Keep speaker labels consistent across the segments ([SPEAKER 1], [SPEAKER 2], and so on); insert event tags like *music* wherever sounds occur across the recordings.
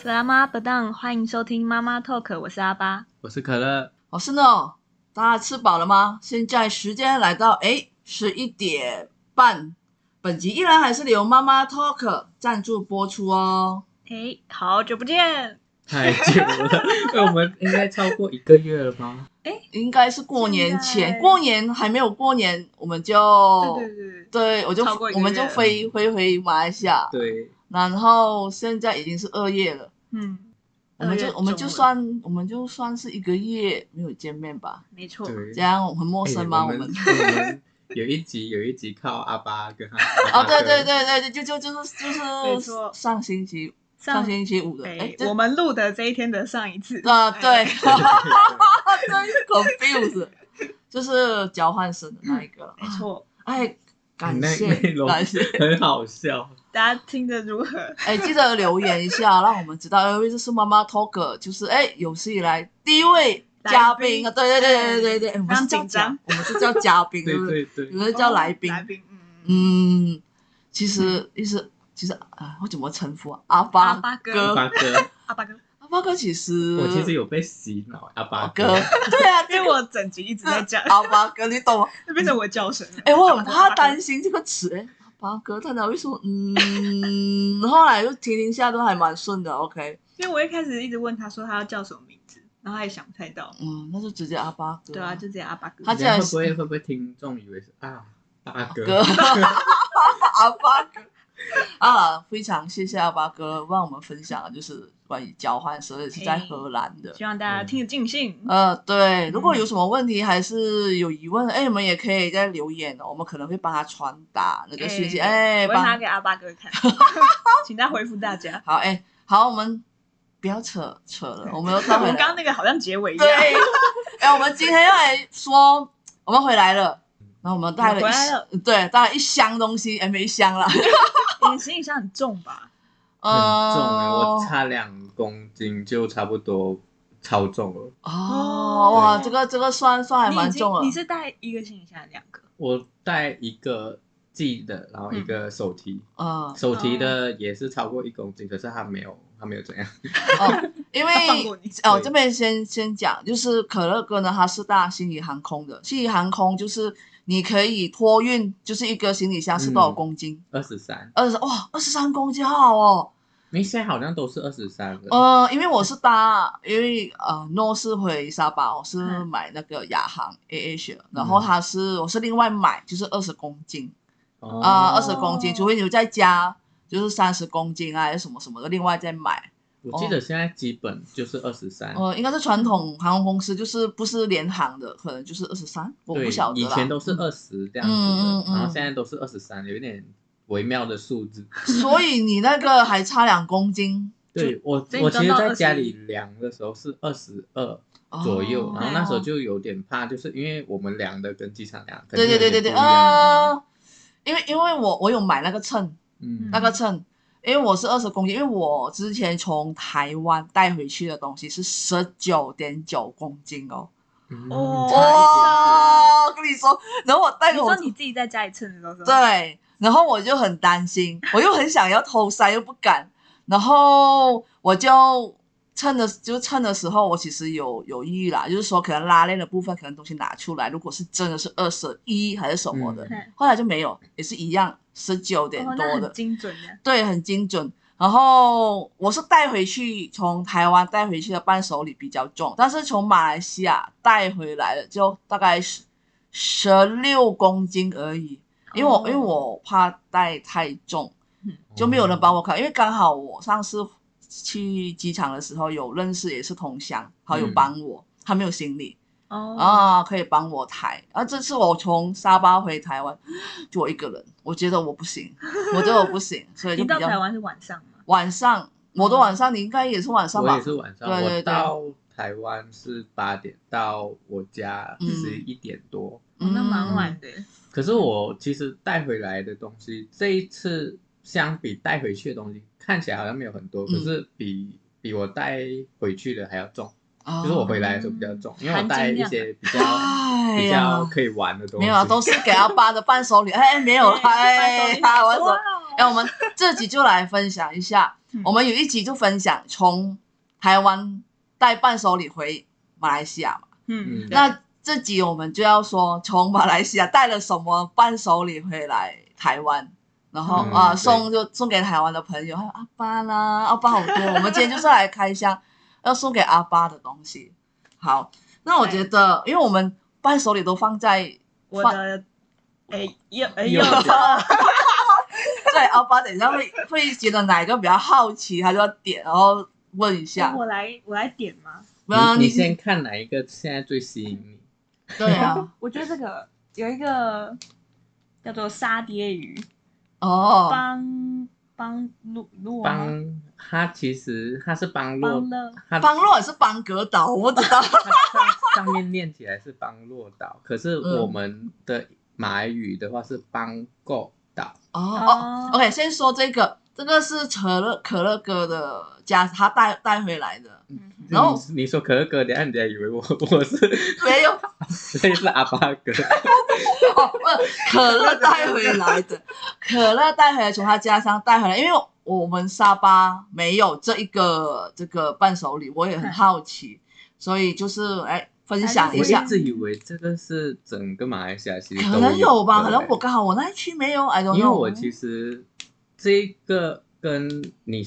[SPEAKER 1] s l 妈不当，欢迎收听妈妈 Talk，我是阿巴。
[SPEAKER 2] 我是可乐，
[SPEAKER 3] 我是诺，大家吃饱了吗？现在时间来到诶十一点半，本集依然还是由妈妈 Talk 赞助播出哦。
[SPEAKER 1] 诶，好久不见！
[SPEAKER 2] 太久了，那我们应该超过一个月了
[SPEAKER 3] *laughs*
[SPEAKER 2] 吧？
[SPEAKER 3] 应该是过年
[SPEAKER 1] 现在
[SPEAKER 3] 前，过年还没有过年，我们就
[SPEAKER 1] 对对对，
[SPEAKER 3] 对我就
[SPEAKER 1] 超过一个
[SPEAKER 3] 我们就
[SPEAKER 1] 月
[SPEAKER 3] 飞飞回马来西亚，
[SPEAKER 2] 对，
[SPEAKER 3] 然后现在已经是二月了，
[SPEAKER 1] 嗯，
[SPEAKER 3] 我们
[SPEAKER 1] 二月
[SPEAKER 3] 就
[SPEAKER 1] 中
[SPEAKER 3] 我们就
[SPEAKER 1] 了
[SPEAKER 3] 算我们就算是一个月没有见面吧，
[SPEAKER 1] 没错，
[SPEAKER 2] 对
[SPEAKER 3] 哦这样很陌生
[SPEAKER 2] 哎
[SPEAKER 3] 吗？
[SPEAKER 2] 我们
[SPEAKER 3] 我们
[SPEAKER 2] 我们有一集有一集靠阿巴跟他
[SPEAKER 3] 哦，对对，对对，就就就是
[SPEAKER 1] 没
[SPEAKER 3] 就
[SPEAKER 1] 错
[SPEAKER 3] 是上星期
[SPEAKER 1] 上
[SPEAKER 3] 上星期五的，哎
[SPEAKER 1] 诶，
[SPEAKER 3] 这
[SPEAKER 1] 哦我们录的这一天的上一次，哎
[SPEAKER 3] 啊对，
[SPEAKER 2] 阿巴跟
[SPEAKER 3] 真 confuse，就是交换生的那一个了，
[SPEAKER 1] 没错，
[SPEAKER 3] 哎， *laughs* 感
[SPEAKER 2] 那
[SPEAKER 3] 谢
[SPEAKER 2] 内容
[SPEAKER 3] 感谢，
[SPEAKER 2] 很好笑，
[SPEAKER 1] 大家听得如何？
[SPEAKER 3] 哎，记得留言一下，让我们知道，因为这是妈妈 talk，就是哎有史以来第一位嘉宾啊，
[SPEAKER 1] 来宾
[SPEAKER 3] 对对对对对对，哎我们
[SPEAKER 1] 不
[SPEAKER 3] 是
[SPEAKER 1] 要
[SPEAKER 3] 叫
[SPEAKER 1] 紧张
[SPEAKER 3] 嘉，我们是叫嘉宾，
[SPEAKER 2] 对
[SPEAKER 3] 对不对？
[SPEAKER 2] 对对
[SPEAKER 3] 有，人叫来宾
[SPEAKER 1] 哦，来宾，嗯嗯，
[SPEAKER 3] 嗯，其实其实其实啊，我怎么称呼啊？阿
[SPEAKER 1] 阿
[SPEAKER 3] 巴
[SPEAKER 1] 巴哥
[SPEAKER 2] 阿
[SPEAKER 3] 哥，
[SPEAKER 2] 巴哥，
[SPEAKER 1] 阿巴哥，
[SPEAKER 3] 阿巴哥其实
[SPEAKER 2] 我其实有被洗脑，阿巴
[SPEAKER 3] 阿哥， *laughs* 对啊，
[SPEAKER 1] *laughs* 因为我整集一直在 *laughs* 讲，
[SPEAKER 3] 阿巴哥，你懂吗？啊
[SPEAKER 1] 就变成我叫声了。
[SPEAKER 3] 嗯哎、我很
[SPEAKER 1] 阿
[SPEAKER 3] 怕
[SPEAKER 1] 巴哥
[SPEAKER 3] 担心这个词、哎，八哥探长会说，嗯， *laughs* 后来就听一下都还蛮顺的，OK，
[SPEAKER 1] 因为我一开始一直问他说他要叫什么名字，然后他也想不太到。
[SPEAKER 3] 嗯，那就直接阿八哥，
[SPEAKER 1] 对啊，就直接阿巴哥。
[SPEAKER 3] 他
[SPEAKER 2] 这
[SPEAKER 3] 这
[SPEAKER 2] 样
[SPEAKER 3] 样
[SPEAKER 2] 会不会会不会听众以为是啊阿
[SPEAKER 3] 哦哥， *laughs*
[SPEAKER 2] 哥？
[SPEAKER 3] 阿八哥啊，非常谢谢阿八哥帮我们分享的，就是关于交换生也是在
[SPEAKER 1] 哎
[SPEAKER 3] 荷兰的。
[SPEAKER 1] 希望大家听得尽兴。
[SPEAKER 3] 呃，对，如果有什么问题还是有疑问，哎，你们也可以在留言，我们可能会帮他传达那个信息，哎，
[SPEAKER 1] 我会
[SPEAKER 3] 帮
[SPEAKER 1] 拿给阿巴哥
[SPEAKER 3] *laughs*
[SPEAKER 1] 看，请他回复大家。
[SPEAKER 3] 好，哎，好，我们不要扯扯 *laughs* 了，我们又
[SPEAKER 1] 我
[SPEAKER 3] 跳回
[SPEAKER 1] 们
[SPEAKER 3] 来
[SPEAKER 1] 刚刚那个好像结尾一样 *laughs*
[SPEAKER 3] 对，，哎、我们今天要来说，我们回来了，然后我们带
[SPEAKER 1] 我
[SPEAKER 3] 了
[SPEAKER 1] 们回
[SPEAKER 3] 一
[SPEAKER 1] 来了
[SPEAKER 3] 对，带了一箱东西，哎，没一箱啦，
[SPEAKER 1] 你的行李箱很重吧？
[SPEAKER 2] 很重哎，我
[SPEAKER 3] 呃
[SPEAKER 2] 差两公斤就差不多超重了，
[SPEAKER 3] 哦，哇，
[SPEAKER 2] 对
[SPEAKER 3] 这个这个算算还
[SPEAKER 1] 你已
[SPEAKER 3] 蛮重啊
[SPEAKER 1] 经
[SPEAKER 3] 了
[SPEAKER 1] 你，是带一个行李箱还是两个？
[SPEAKER 2] 我带一个寄的，然后一个手提。
[SPEAKER 3] 嗯，
[SPEAKER 2] 手提的也是超过一公斤，可是他没有，他没有怎样。 *laughs*
[SPEAKER 3] 哦，因为
[SPEAKER 1] 他 *laughs* 放过你
[SPEAKER 3] 哦，
[SPEAKER 2] 对
[SPEAKER 3] 这边先先讲，就是可乐哥呢，他是搭星宇航空的，星宇航空就是你可以托运，就是一个行李箱是多少
[SPEAKER 2] 嗯
[SPEAKER 3] 公斤？
[SPEAKER 2] 二十三，
[SPEAKER 3] 二十哇，二十三公斤，好好哦。
[SPEAKER 2] 你现在好像都是二十三了。
[SPEAKER 3] 呃，因为我是搭，因为呃，诺是回沙巴，我是
[SPEAKER 1] 嗯
[SPEAKER 3] 买那个亚航 AA 雪，
[SPEAKER 2] 嗯
[SPEAKER 3] 然后它是我是另外买，就是二十公斤
[SPEAKER 2] 哦
[SPEAKER 3] 啊，二
[SPEAKER 1] 20
[SPEAKER 3] 十公斤，除非你再加就是三十公斤啊，还是什么什么的，另外再买。
[SPEAKER 2] 我记得现在基本就是二十三。
[SPEAKER 3] 呃，应该是传统航空公司，就是不是联航的，可能就是二十三，我
[SPEAKER 2] 对
[SPEAKER 3] 不晓，得
[SPEAKER 2] 以
[SPEAKER 3] 啦。
[SPEAKER 2] 前都是二十这样子
[SPEAKER 3] 嗯嗯
[SPEAKER 2] 的，
[SPEAKER 3] 嗯
[SPEAKER 2] 然后现在都是二十三，有一点微妙的数字。
[SPEAKER 3] *laughs* 所以你那个还差两公斤
[SPEAKER 2] 对我，
[SPEAKER 1] 所以
[SPEAKER 2] 我
[SPEAKER 1] 你装
[SPEAKER 2] 其实
[SPEAKER 1] 到
[SPEAKER 2] 在家
[SPEAKER 1] 21
[SPEAKER 2] 里量的时候是二十二左右，
[SPEAKER 3] 哦
[SPEAKER 2] 然后那时候就有点怕，就是因为我们量的跟机场量肯
[SPEAKER 3] 对
[SPEAKER 2] 定
[SPEAKER 3] 对
[SPEAKER 2] 有
[SPEAKER 3] 对
[SPEAKER 2] 点
[SPEAKER 3] 对对，
[SPEAKER 2] 不一样。
[SPEAKER 3] 呃，因为因为我我有买那个秤，
[SPEAKER 2] 嗯
[SPEAKER 3] 那个秤，因为我是二十公斤，因为我之前从台湾带回去的东西是十九点九公斤哦。
[SPEAKER 2] 嗯
[SPEAKER 1] 哦
[SPEAKER 2] 差
[SPEAKER 3] 哇，我跟你说，然后我带
[SPEAKER 1] 你
[SPEAKER 3] 给我
[SPEAKER 1] 说你自己在家里称的时候是吧，
[SPEAKER 3] 对，然后我就很担心，我又很想要偷塞又不敢，然后我就趁的就趁的时候，我其实有有抑郁啦，就是说可能拉链的部分可能东西拿出来，如果是真的是二十一还是什么的，
[SPEAKER 2] 嗯
[SPEAKER 1] 对
[SPEAKER 3] 后来就没有，也是一样十九点
[SPEAKER 1] 哦，
[SPEAKER 3] 多
[SPEAKER 1] 那
[SPEAKER 3] 的
[SPEAKER 1] 很，精准的。
[SPEAKER 3] 对，很精准。然后我是带回去，从台湾带回去的伴手礼比较重，但是从马来西亚带回来的就大概是十六公斤而已，因为我、
[SPEAKER 1] 哦
[SPEAKER 3] 因为我怕带太重
[SPEAKER 1] 嗯，
[SPEAKER 3] 就没有人帮我扛。因为刚好我上次去机场的时候有认识也是同乡好友
[SPEAKER 2] 嗯
[SPEAKER 3] 帮我，他没有行李，
[SPEAKER 1] 哦，
[SPEAKER 3] 啊，可以帮我抬。啊，这次我从沙巴回台湾，就我一个人，我觉得我不行，我觉得我不行，所以就
[SPEAKER 1] 你
[SPEAKER 3] 比
[SPEAKER 1] 到台
[SPEAKER 3] 较
[SPEAKER 1] 湾是晚上吗？
[SPEAKER 3] 晚上，我的晚上你应该也是晚上
[SPEAKER 2] 我
[SPEAKER 3] 吧
[SPEAKER 2] 也？是晚上，
[SPEAKER 3] 对对对
[SPEAKER 2] 我到台湾是八点，到我家
[SPEAKER 3] 嗯
[SPEAKER 2] 十一点多。
[SPEAKER 1] 哦那蛮
[SPEAKER 3] 嗯
[SPEAKER 1] 晚的。
[SPEAKER 2] 可是我其实带回来的东西，这一次相比带回去的东西，看起来好像没有很
[SPEAKER 3] 嗯
[SPEAKER 2] 多，可是比比我带回去的还要重，
[SPEAKER 3] 啊
[SPEAKER 2] 就是我回来的时候比较重，因为我带一些比
[SPEAKER 3] *laughs*
[SPEAKER 2] 较
[SPEAKER 3] 哎
[SPEAKER 2] 比
[SPEAKER 3] 呀啊
[SPEAKER 2] 较，可以玩的东
[SPEAKER 1] *laughs*
[SPEAKER 2] 西。
[SPEAKER 3] 没有啊，都是给阿爸的伴手礼。哎，没有啦，
[SPEAKER 1] 对
[SPEAKER 3] 哎，
[SPEAKER 1] 是伴手礼
[SPEAKER 3] 呀我
[SPEAKER 1] 哇
[SPEAKER 3] 说。
[SPEAKER 1] 哦
[SPEAKER 3] 哎，我们这集就来分享一下，
[SPEAKER 1] 嗯
[SPEAKER 3] 我们有一集就分享从台湾带伴手礼回马来西亚嘛。
[SPEAKER 1] 嗯，对
[SPEAKER 2] 嗯
[SPEAKER 3] 那这集我们就要说从马来西亚带了什么伴手礼回来台湾，然后
[SPEAKER 2] 嗯
[SPEAKER 3] 啊、
[SPEAKER 2] 对
[SPEAKER 3] 送就送给台湾的朋友，还有阿巴啦，阿巴好多。我们今天就是来开箱，要送给阿巴的东西。好，那我觉得，因为我们伴手礼都放在 *laughs*
[SPEAKER 1] 我的哎右哎
[SPEAKER 2] 右
[SPEAKER 1] 右
[SPEAKER 2] 脚
[SPEAKER 1] 脚，
[SPEAKER 3] 对，阿巴等一下会会觉得哪一个比较好奇，他就要点，然后问一下。啊
[SPEAKER 1] 我来我来点吗？
[SPEAKER 3] 不然
[SPEAKER 2] 你你先看哪一个现在最吸引你？
[SPEAKER 3] 对啊，
[SPEAKER 1] 我觉得这个有一个叫做沙爹鱼，
[SPEAKER 3] 哦，
[SPEAKER 1] 邦邦路路啊
[SPEAKER 2] 邦，他其实他是邦洛
[SPEAKER 1] 邦，乐
[SPEAKER 2] 他
[SPEAKER 3] 邦洛也是邦格岛，我不知道。
[SPEAKER 2] 它上上面念起来是邦洛岛，可是
[SPEAKER 3] 嗯
[SPEAKER 2] 我们的马来语的话是邦购岛。
[SPEAKER 3] 哦哦，OK，先说这个，这个是可乐可乐哥的家，他带带回来的，
[SPEAKER 1] 嗯
[SPEAKER 3] 然后
[SPEAKER 2] 你你说可乐哥，等一下人家以为我 *laughs* 我是
[SPEAKER 3] 没有 *laughs*
[SPEAKER 2] 这是阿巴哥，
[SPEAKER 3] 哦，不，可乐带回来的，可乐带回来，从他家乡带回来，因为我们沙巴没有这一个这个伴手礼，我也很好奇，所以就是哎分享
[SPEAKER 2] 我
[SPEAKER 3] 一
[SPEAKER 1] 等
[SPEAKER 3] 下
[SPEAKER 2] 一。直以为这个是整个马来西亚其实
[SPEAKER 3] 可
[SPEAKER 2] 都
[SPEAKER 3] 能有吧，
[SPEAKER 2] 的
[SPEAKER 3] 可能我刚好我那一区没有，I don't know。
[SPEAKER 2] 因为我其实这个跟你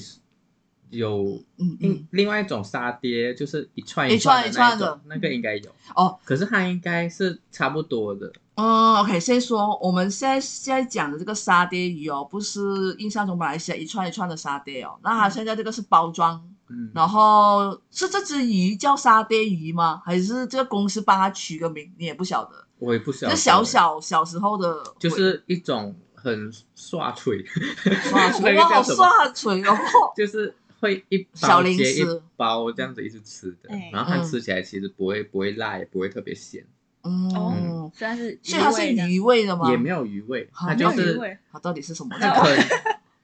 [SPEAKER 2] 有
[SPEAKER 3] 嗯嗯
[SPEAKER 2] 另另外一种沙爹，就是一串
[SPEAKER 3] 一
[SPEAKER 2] 串
[SPEAKER 3] 串一
[SPEAKER 2] 那
[SPEAKER 3] 串的
[SPEAKER 2] 种那个应该有
[SPEAKER 3] 哦，
[SPEAKER 2] 可是它应该是差不多的，
[SPEAKER 3] 嗯，OK，先说我们现在现在讲的这个沙爹鱼哦，不是印象中马来西亚一串一串的沙爹哦，那它现在这个是包装，
[SPEAKER 2] 嗯，
[SPEAKER 3] 然后是这只鱼叫沙爹鱼吗？还是这个公司帮它取个名？你也不晓得，
[SPEAKER 2] 我也不晓
[SPEAKER 3] 就
[SPEAKER 2] 得
[SPEAKER 3] 小小小时候的回，
[SPEAKER 2] 就是一种很刷嘴， *laughs*
[SPEAKER 3] 哇，
[SPEAKER 2] 那个
[SPEAKER 3] 哇，
[SPEAKER 2] 叫
[SPEAKER 3] 好
[SPEAKER 2] 什 *laughs* 么？
[SPEAKER 3] 刷嘴哦，
[SPEAKER 2] 就是会一
[SPEAKER 3] 小
[SPEAKER 2] 包
[SPEAKER 3] 零
[SPEAKER 2] 接一
[SPEAKER 3] 食
[SPEAKER 2] 包这样子一直吃的
[SPEAKER 1] 哎，
[SPEAKER 2] 然后它
[SPEAKER 3] 嗯
[SPEAKER 2] 吃起来其实不会不会辣，也不会特别咸，
[SPEAKER 3] 嗯
[SPEAKER 1] 哦，，虽然是
[SPEAKER 3] 所以它是
[SPEAKER 1] 味的
[SPEAKER 3] 鱼味的吗？
[SPEAKER 2] 也没有鱼味，
[SPEAKER 3] 好
[SPEAKER 2] 它
[SPEAKER 1] 没
[SPEAKER 2] 就
[SPEAKER 1] 有
[SPEAKER 2] 是
[SPEAKER 1] 鱼味
[SPEAKER 3] 它到底
[SPEAKER 2] *laughs*
[SPEAKER 3] 是什么？
[SPEAKER 2] 它可能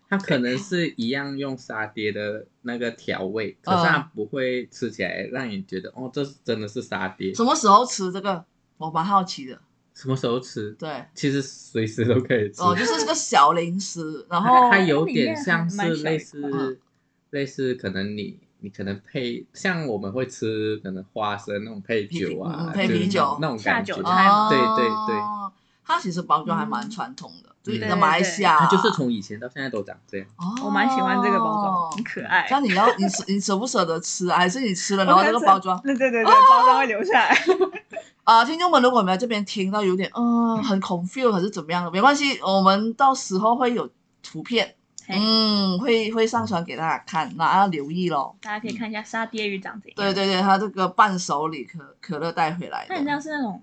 [SPEAKER 2] 它可能是一样用沙爹的那个调味，可是它不会吃起来让你觉得哦，这是真的是沙爹。
[SPEAKER 3] 什么时候吃这个？我蛮好奇的，
[SPEAKER 2] 什么时候吃？
[SPEAKER 3] 对。
[SPEAKER 2] 其实随时都可以吃。
[SPEAKER 3] 哦，就是这个小零食，然后
[SPEAKER 2] *laughs* 它它有
[SPEAKER 1] 哦它里面
[SPEAKER 2] 点像是
[SPEAKER 1] 还蛮小的
[SPEAKER 2] 类似、
[SPEAKER 3] 嗯
[SPEAKER 2] 类似，可能你你可能配像我们会吃可能花生那种配酒
[SPEAKER 3] 嗯
[SPEAKER 2] 啊，
[SPEAKER 3] 配
[SPEAKER 2] 就是
[SPEAKER 3] 啤酒
[SPEAKER 2] 那种
[SPEAKER 1] 下
[SPEAKER 2] 感
[SPEAKER 1] 酒
[SPEAKER 2] 觉，
[SPEAKER 1] 菜嘛
[SPEAKER 2] 对对对，嗯
[SPEAKER 3] 哦，它其实包装还蛮传统的，就是
[SPEAKER 2] 对
[SPEAKER 3] 在马来西亚，啊
[SPEAKER 2] 它就是从以前到现在都长这样。
[SPEAKER 3] 哦，
[SPEAKER 1] 我蛮喜欢这个包装，很可爱。
[SPEAKER 3] 像你要你舍你舍不舍得吃啊，还是你
[SPEAKER 1] *laughs*
[SPEAKER 3] 吃了然
[SPEAKER 1] 我
[SPEAKER 3] 后
[SPEAKER 1] 看
[SPEAKER 3] 这个
[SPEAKER 1] 是
[SPEAKER 3] 包装哦
[SPEAKER 1] 对对对对，包装会留下
[SPEAKER 3] *laughs*
[SPEAKER 1] 来。
[SPEAKER 3] 啊？听众们，如果你们在这边听到有点嗯很 confused 还是怎么样的，没关系，我们到时候会有图片，
[SPEAKER 1] 嘿
[SPEAKER 3] 嗯，会会上传给大家看，那要留意咯。
[SPEAKER 1] 大家可以看一下沙爹鱼长怎样。
[SPEAKER 3] 对，对对，它这个伴手礼可可乐带回来
[SPEAKER 1] 它很
[SPEAKER 3] 的，
[SPEAKER 1] 像是那种，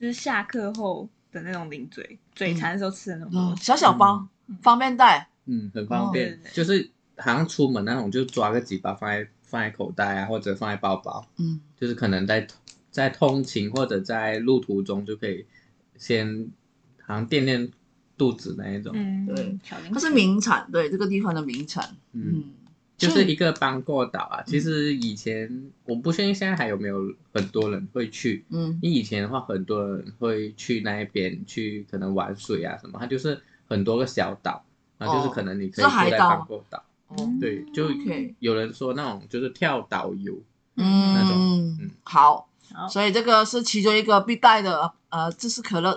[SPEAKER 1] 就是下课后的那种零嘴，嘴馋的时候吃的那种
[SPEAKER 3] 嗯
[SPEAKER 1] 东西。
[SPEAKER 3] 小小包
[SPEAKER 1] 嗯
[SPEAKER 3] 方便带，
[SPEAKER 2] 嗯，很方
[SPEAKER 1] 哦
[SPEAKER 2] 便，
[SPEAKER 1] 对对对
[SPEAKER 2] 就是好像出门那种，就抓个几包放在放在口袋啊，或者放在包包，
[SPEAKER 3] 嗯，
[SPEAKER 2] 就是可能在在通勤或者在路途中就可以先好像垫垫肚子那一种，
[SPEAKER 1] 嗯，
[SPEAKER 3] 对，
[SPEAKER 1] 小零
[SPEAKER 3] 它
[SPEAKER 1] 食
[SPEAKER 3] 是名产，对这个地方的名产，
[SPEAKER 2] 嗯
[SPEAKER 3] 嗯，
[SPEAKER 2] 就是一
[SPEAKER 3] 个
[SPEAKER 2] 个邦过岛啊。其实以前我不确定现在还有没有很多人会去，
[SPEAKER 3] 嗯
[SPEAKER 2] 因为以前的话很多人会去那一边去可能玩水啊什么，它就是很多个小岛，然后就是
[SPEAKER 3] 哦
[SPEAKER 2] 可能你可以
[SPEAKER 3] 是海
[SPEAKER 2] 坐在
[SPEAKER 3] 岛
[SPEAKER 2] 邦过岛。
[SPEAKER 3] 哦。
[SPEAKER 1] 嗯
[SPEAKER 2] 对，就
[SPEAKER 3] OK
[SPEAKER 2] 有人说那种就是跳岛游，
[SPEAKER 1] 嗯，
[SPEAKER 2] 那种
[SPEAKER 3] 嗯
[SPEAKER 2] 嗯，
[SPEAKER 3] 好，
[SPEAKER 1] 好，
[SPEAKER 3] 所以这个是其中一个必带的，呃，这是可乐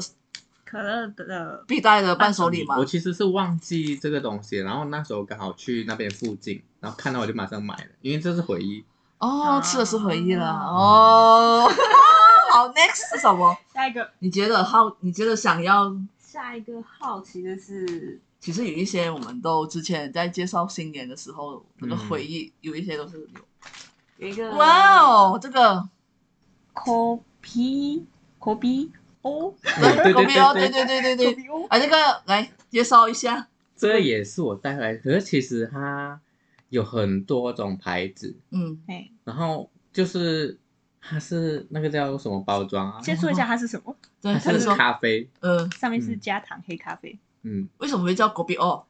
[SPEAKER 1] 可乐的
[SPEAKER 3] 必带的伴手礼嘛
[SPEAKER 2] 嗯我？其实是忘记这个东西，然后那时候刚好去那边附近，然后看到我就马上买了，因为这是回忆。
[SPEAKER 3] 哦，吃了是回忆了，
[SPEAKER 1] 啊
[SPEAKER 3] 哦， *laughs* 好，next 是什么？
[SPEAKER 1] 下一个，
[SPEAKER 3] 你觉得好？你觉得想要？
[SPEAKER 1] 下一个好奇的是，
[SPEAKER 3] 其实有一些我们都之前在介绍新年的时候，那个
[SPEAKER 2] 嗯
[SPEAKER 3] 回忆有一些都是有。
[SPEAKER 1] 有一个
[SPEAKER 3] 哇哦，这个
[SPEAKER 1] ，copy copy 哦
[SPEAKER 2] 嗯 *laughs* 对对
[SPEAKER 3] ，copy 哦，对
[SPEAKER 2] 对对，
[SPEAKER 3] 对对对对，
[SPEAKER 1] copy 哦，
[SPEAKER 3] 啊，这个来介绍一下，
[SPEAKER 2] 这也是我带回来，可是其实它有很多种牌子，
[SPEAKER 3] 嗯，
[SPEAKER 1] 哎，
[SPEAKER 2] 然后就是它是那个叫什么包装啊？
[SPEAKER 1] 先说一下它是什么，
[SPEAKER 3] 对，
[SPEAKER 2] 它
[SPEAKER 3] 他就是说，
[SPEAKER 2] 咖啡，
[SPEAKER 3] 呃，
[SPEAKER 1] 上面是加糖黑咖啡，
[SPEAKER 2] 嗯，
[SPEAKER 3] 为什么会叫 copy 哦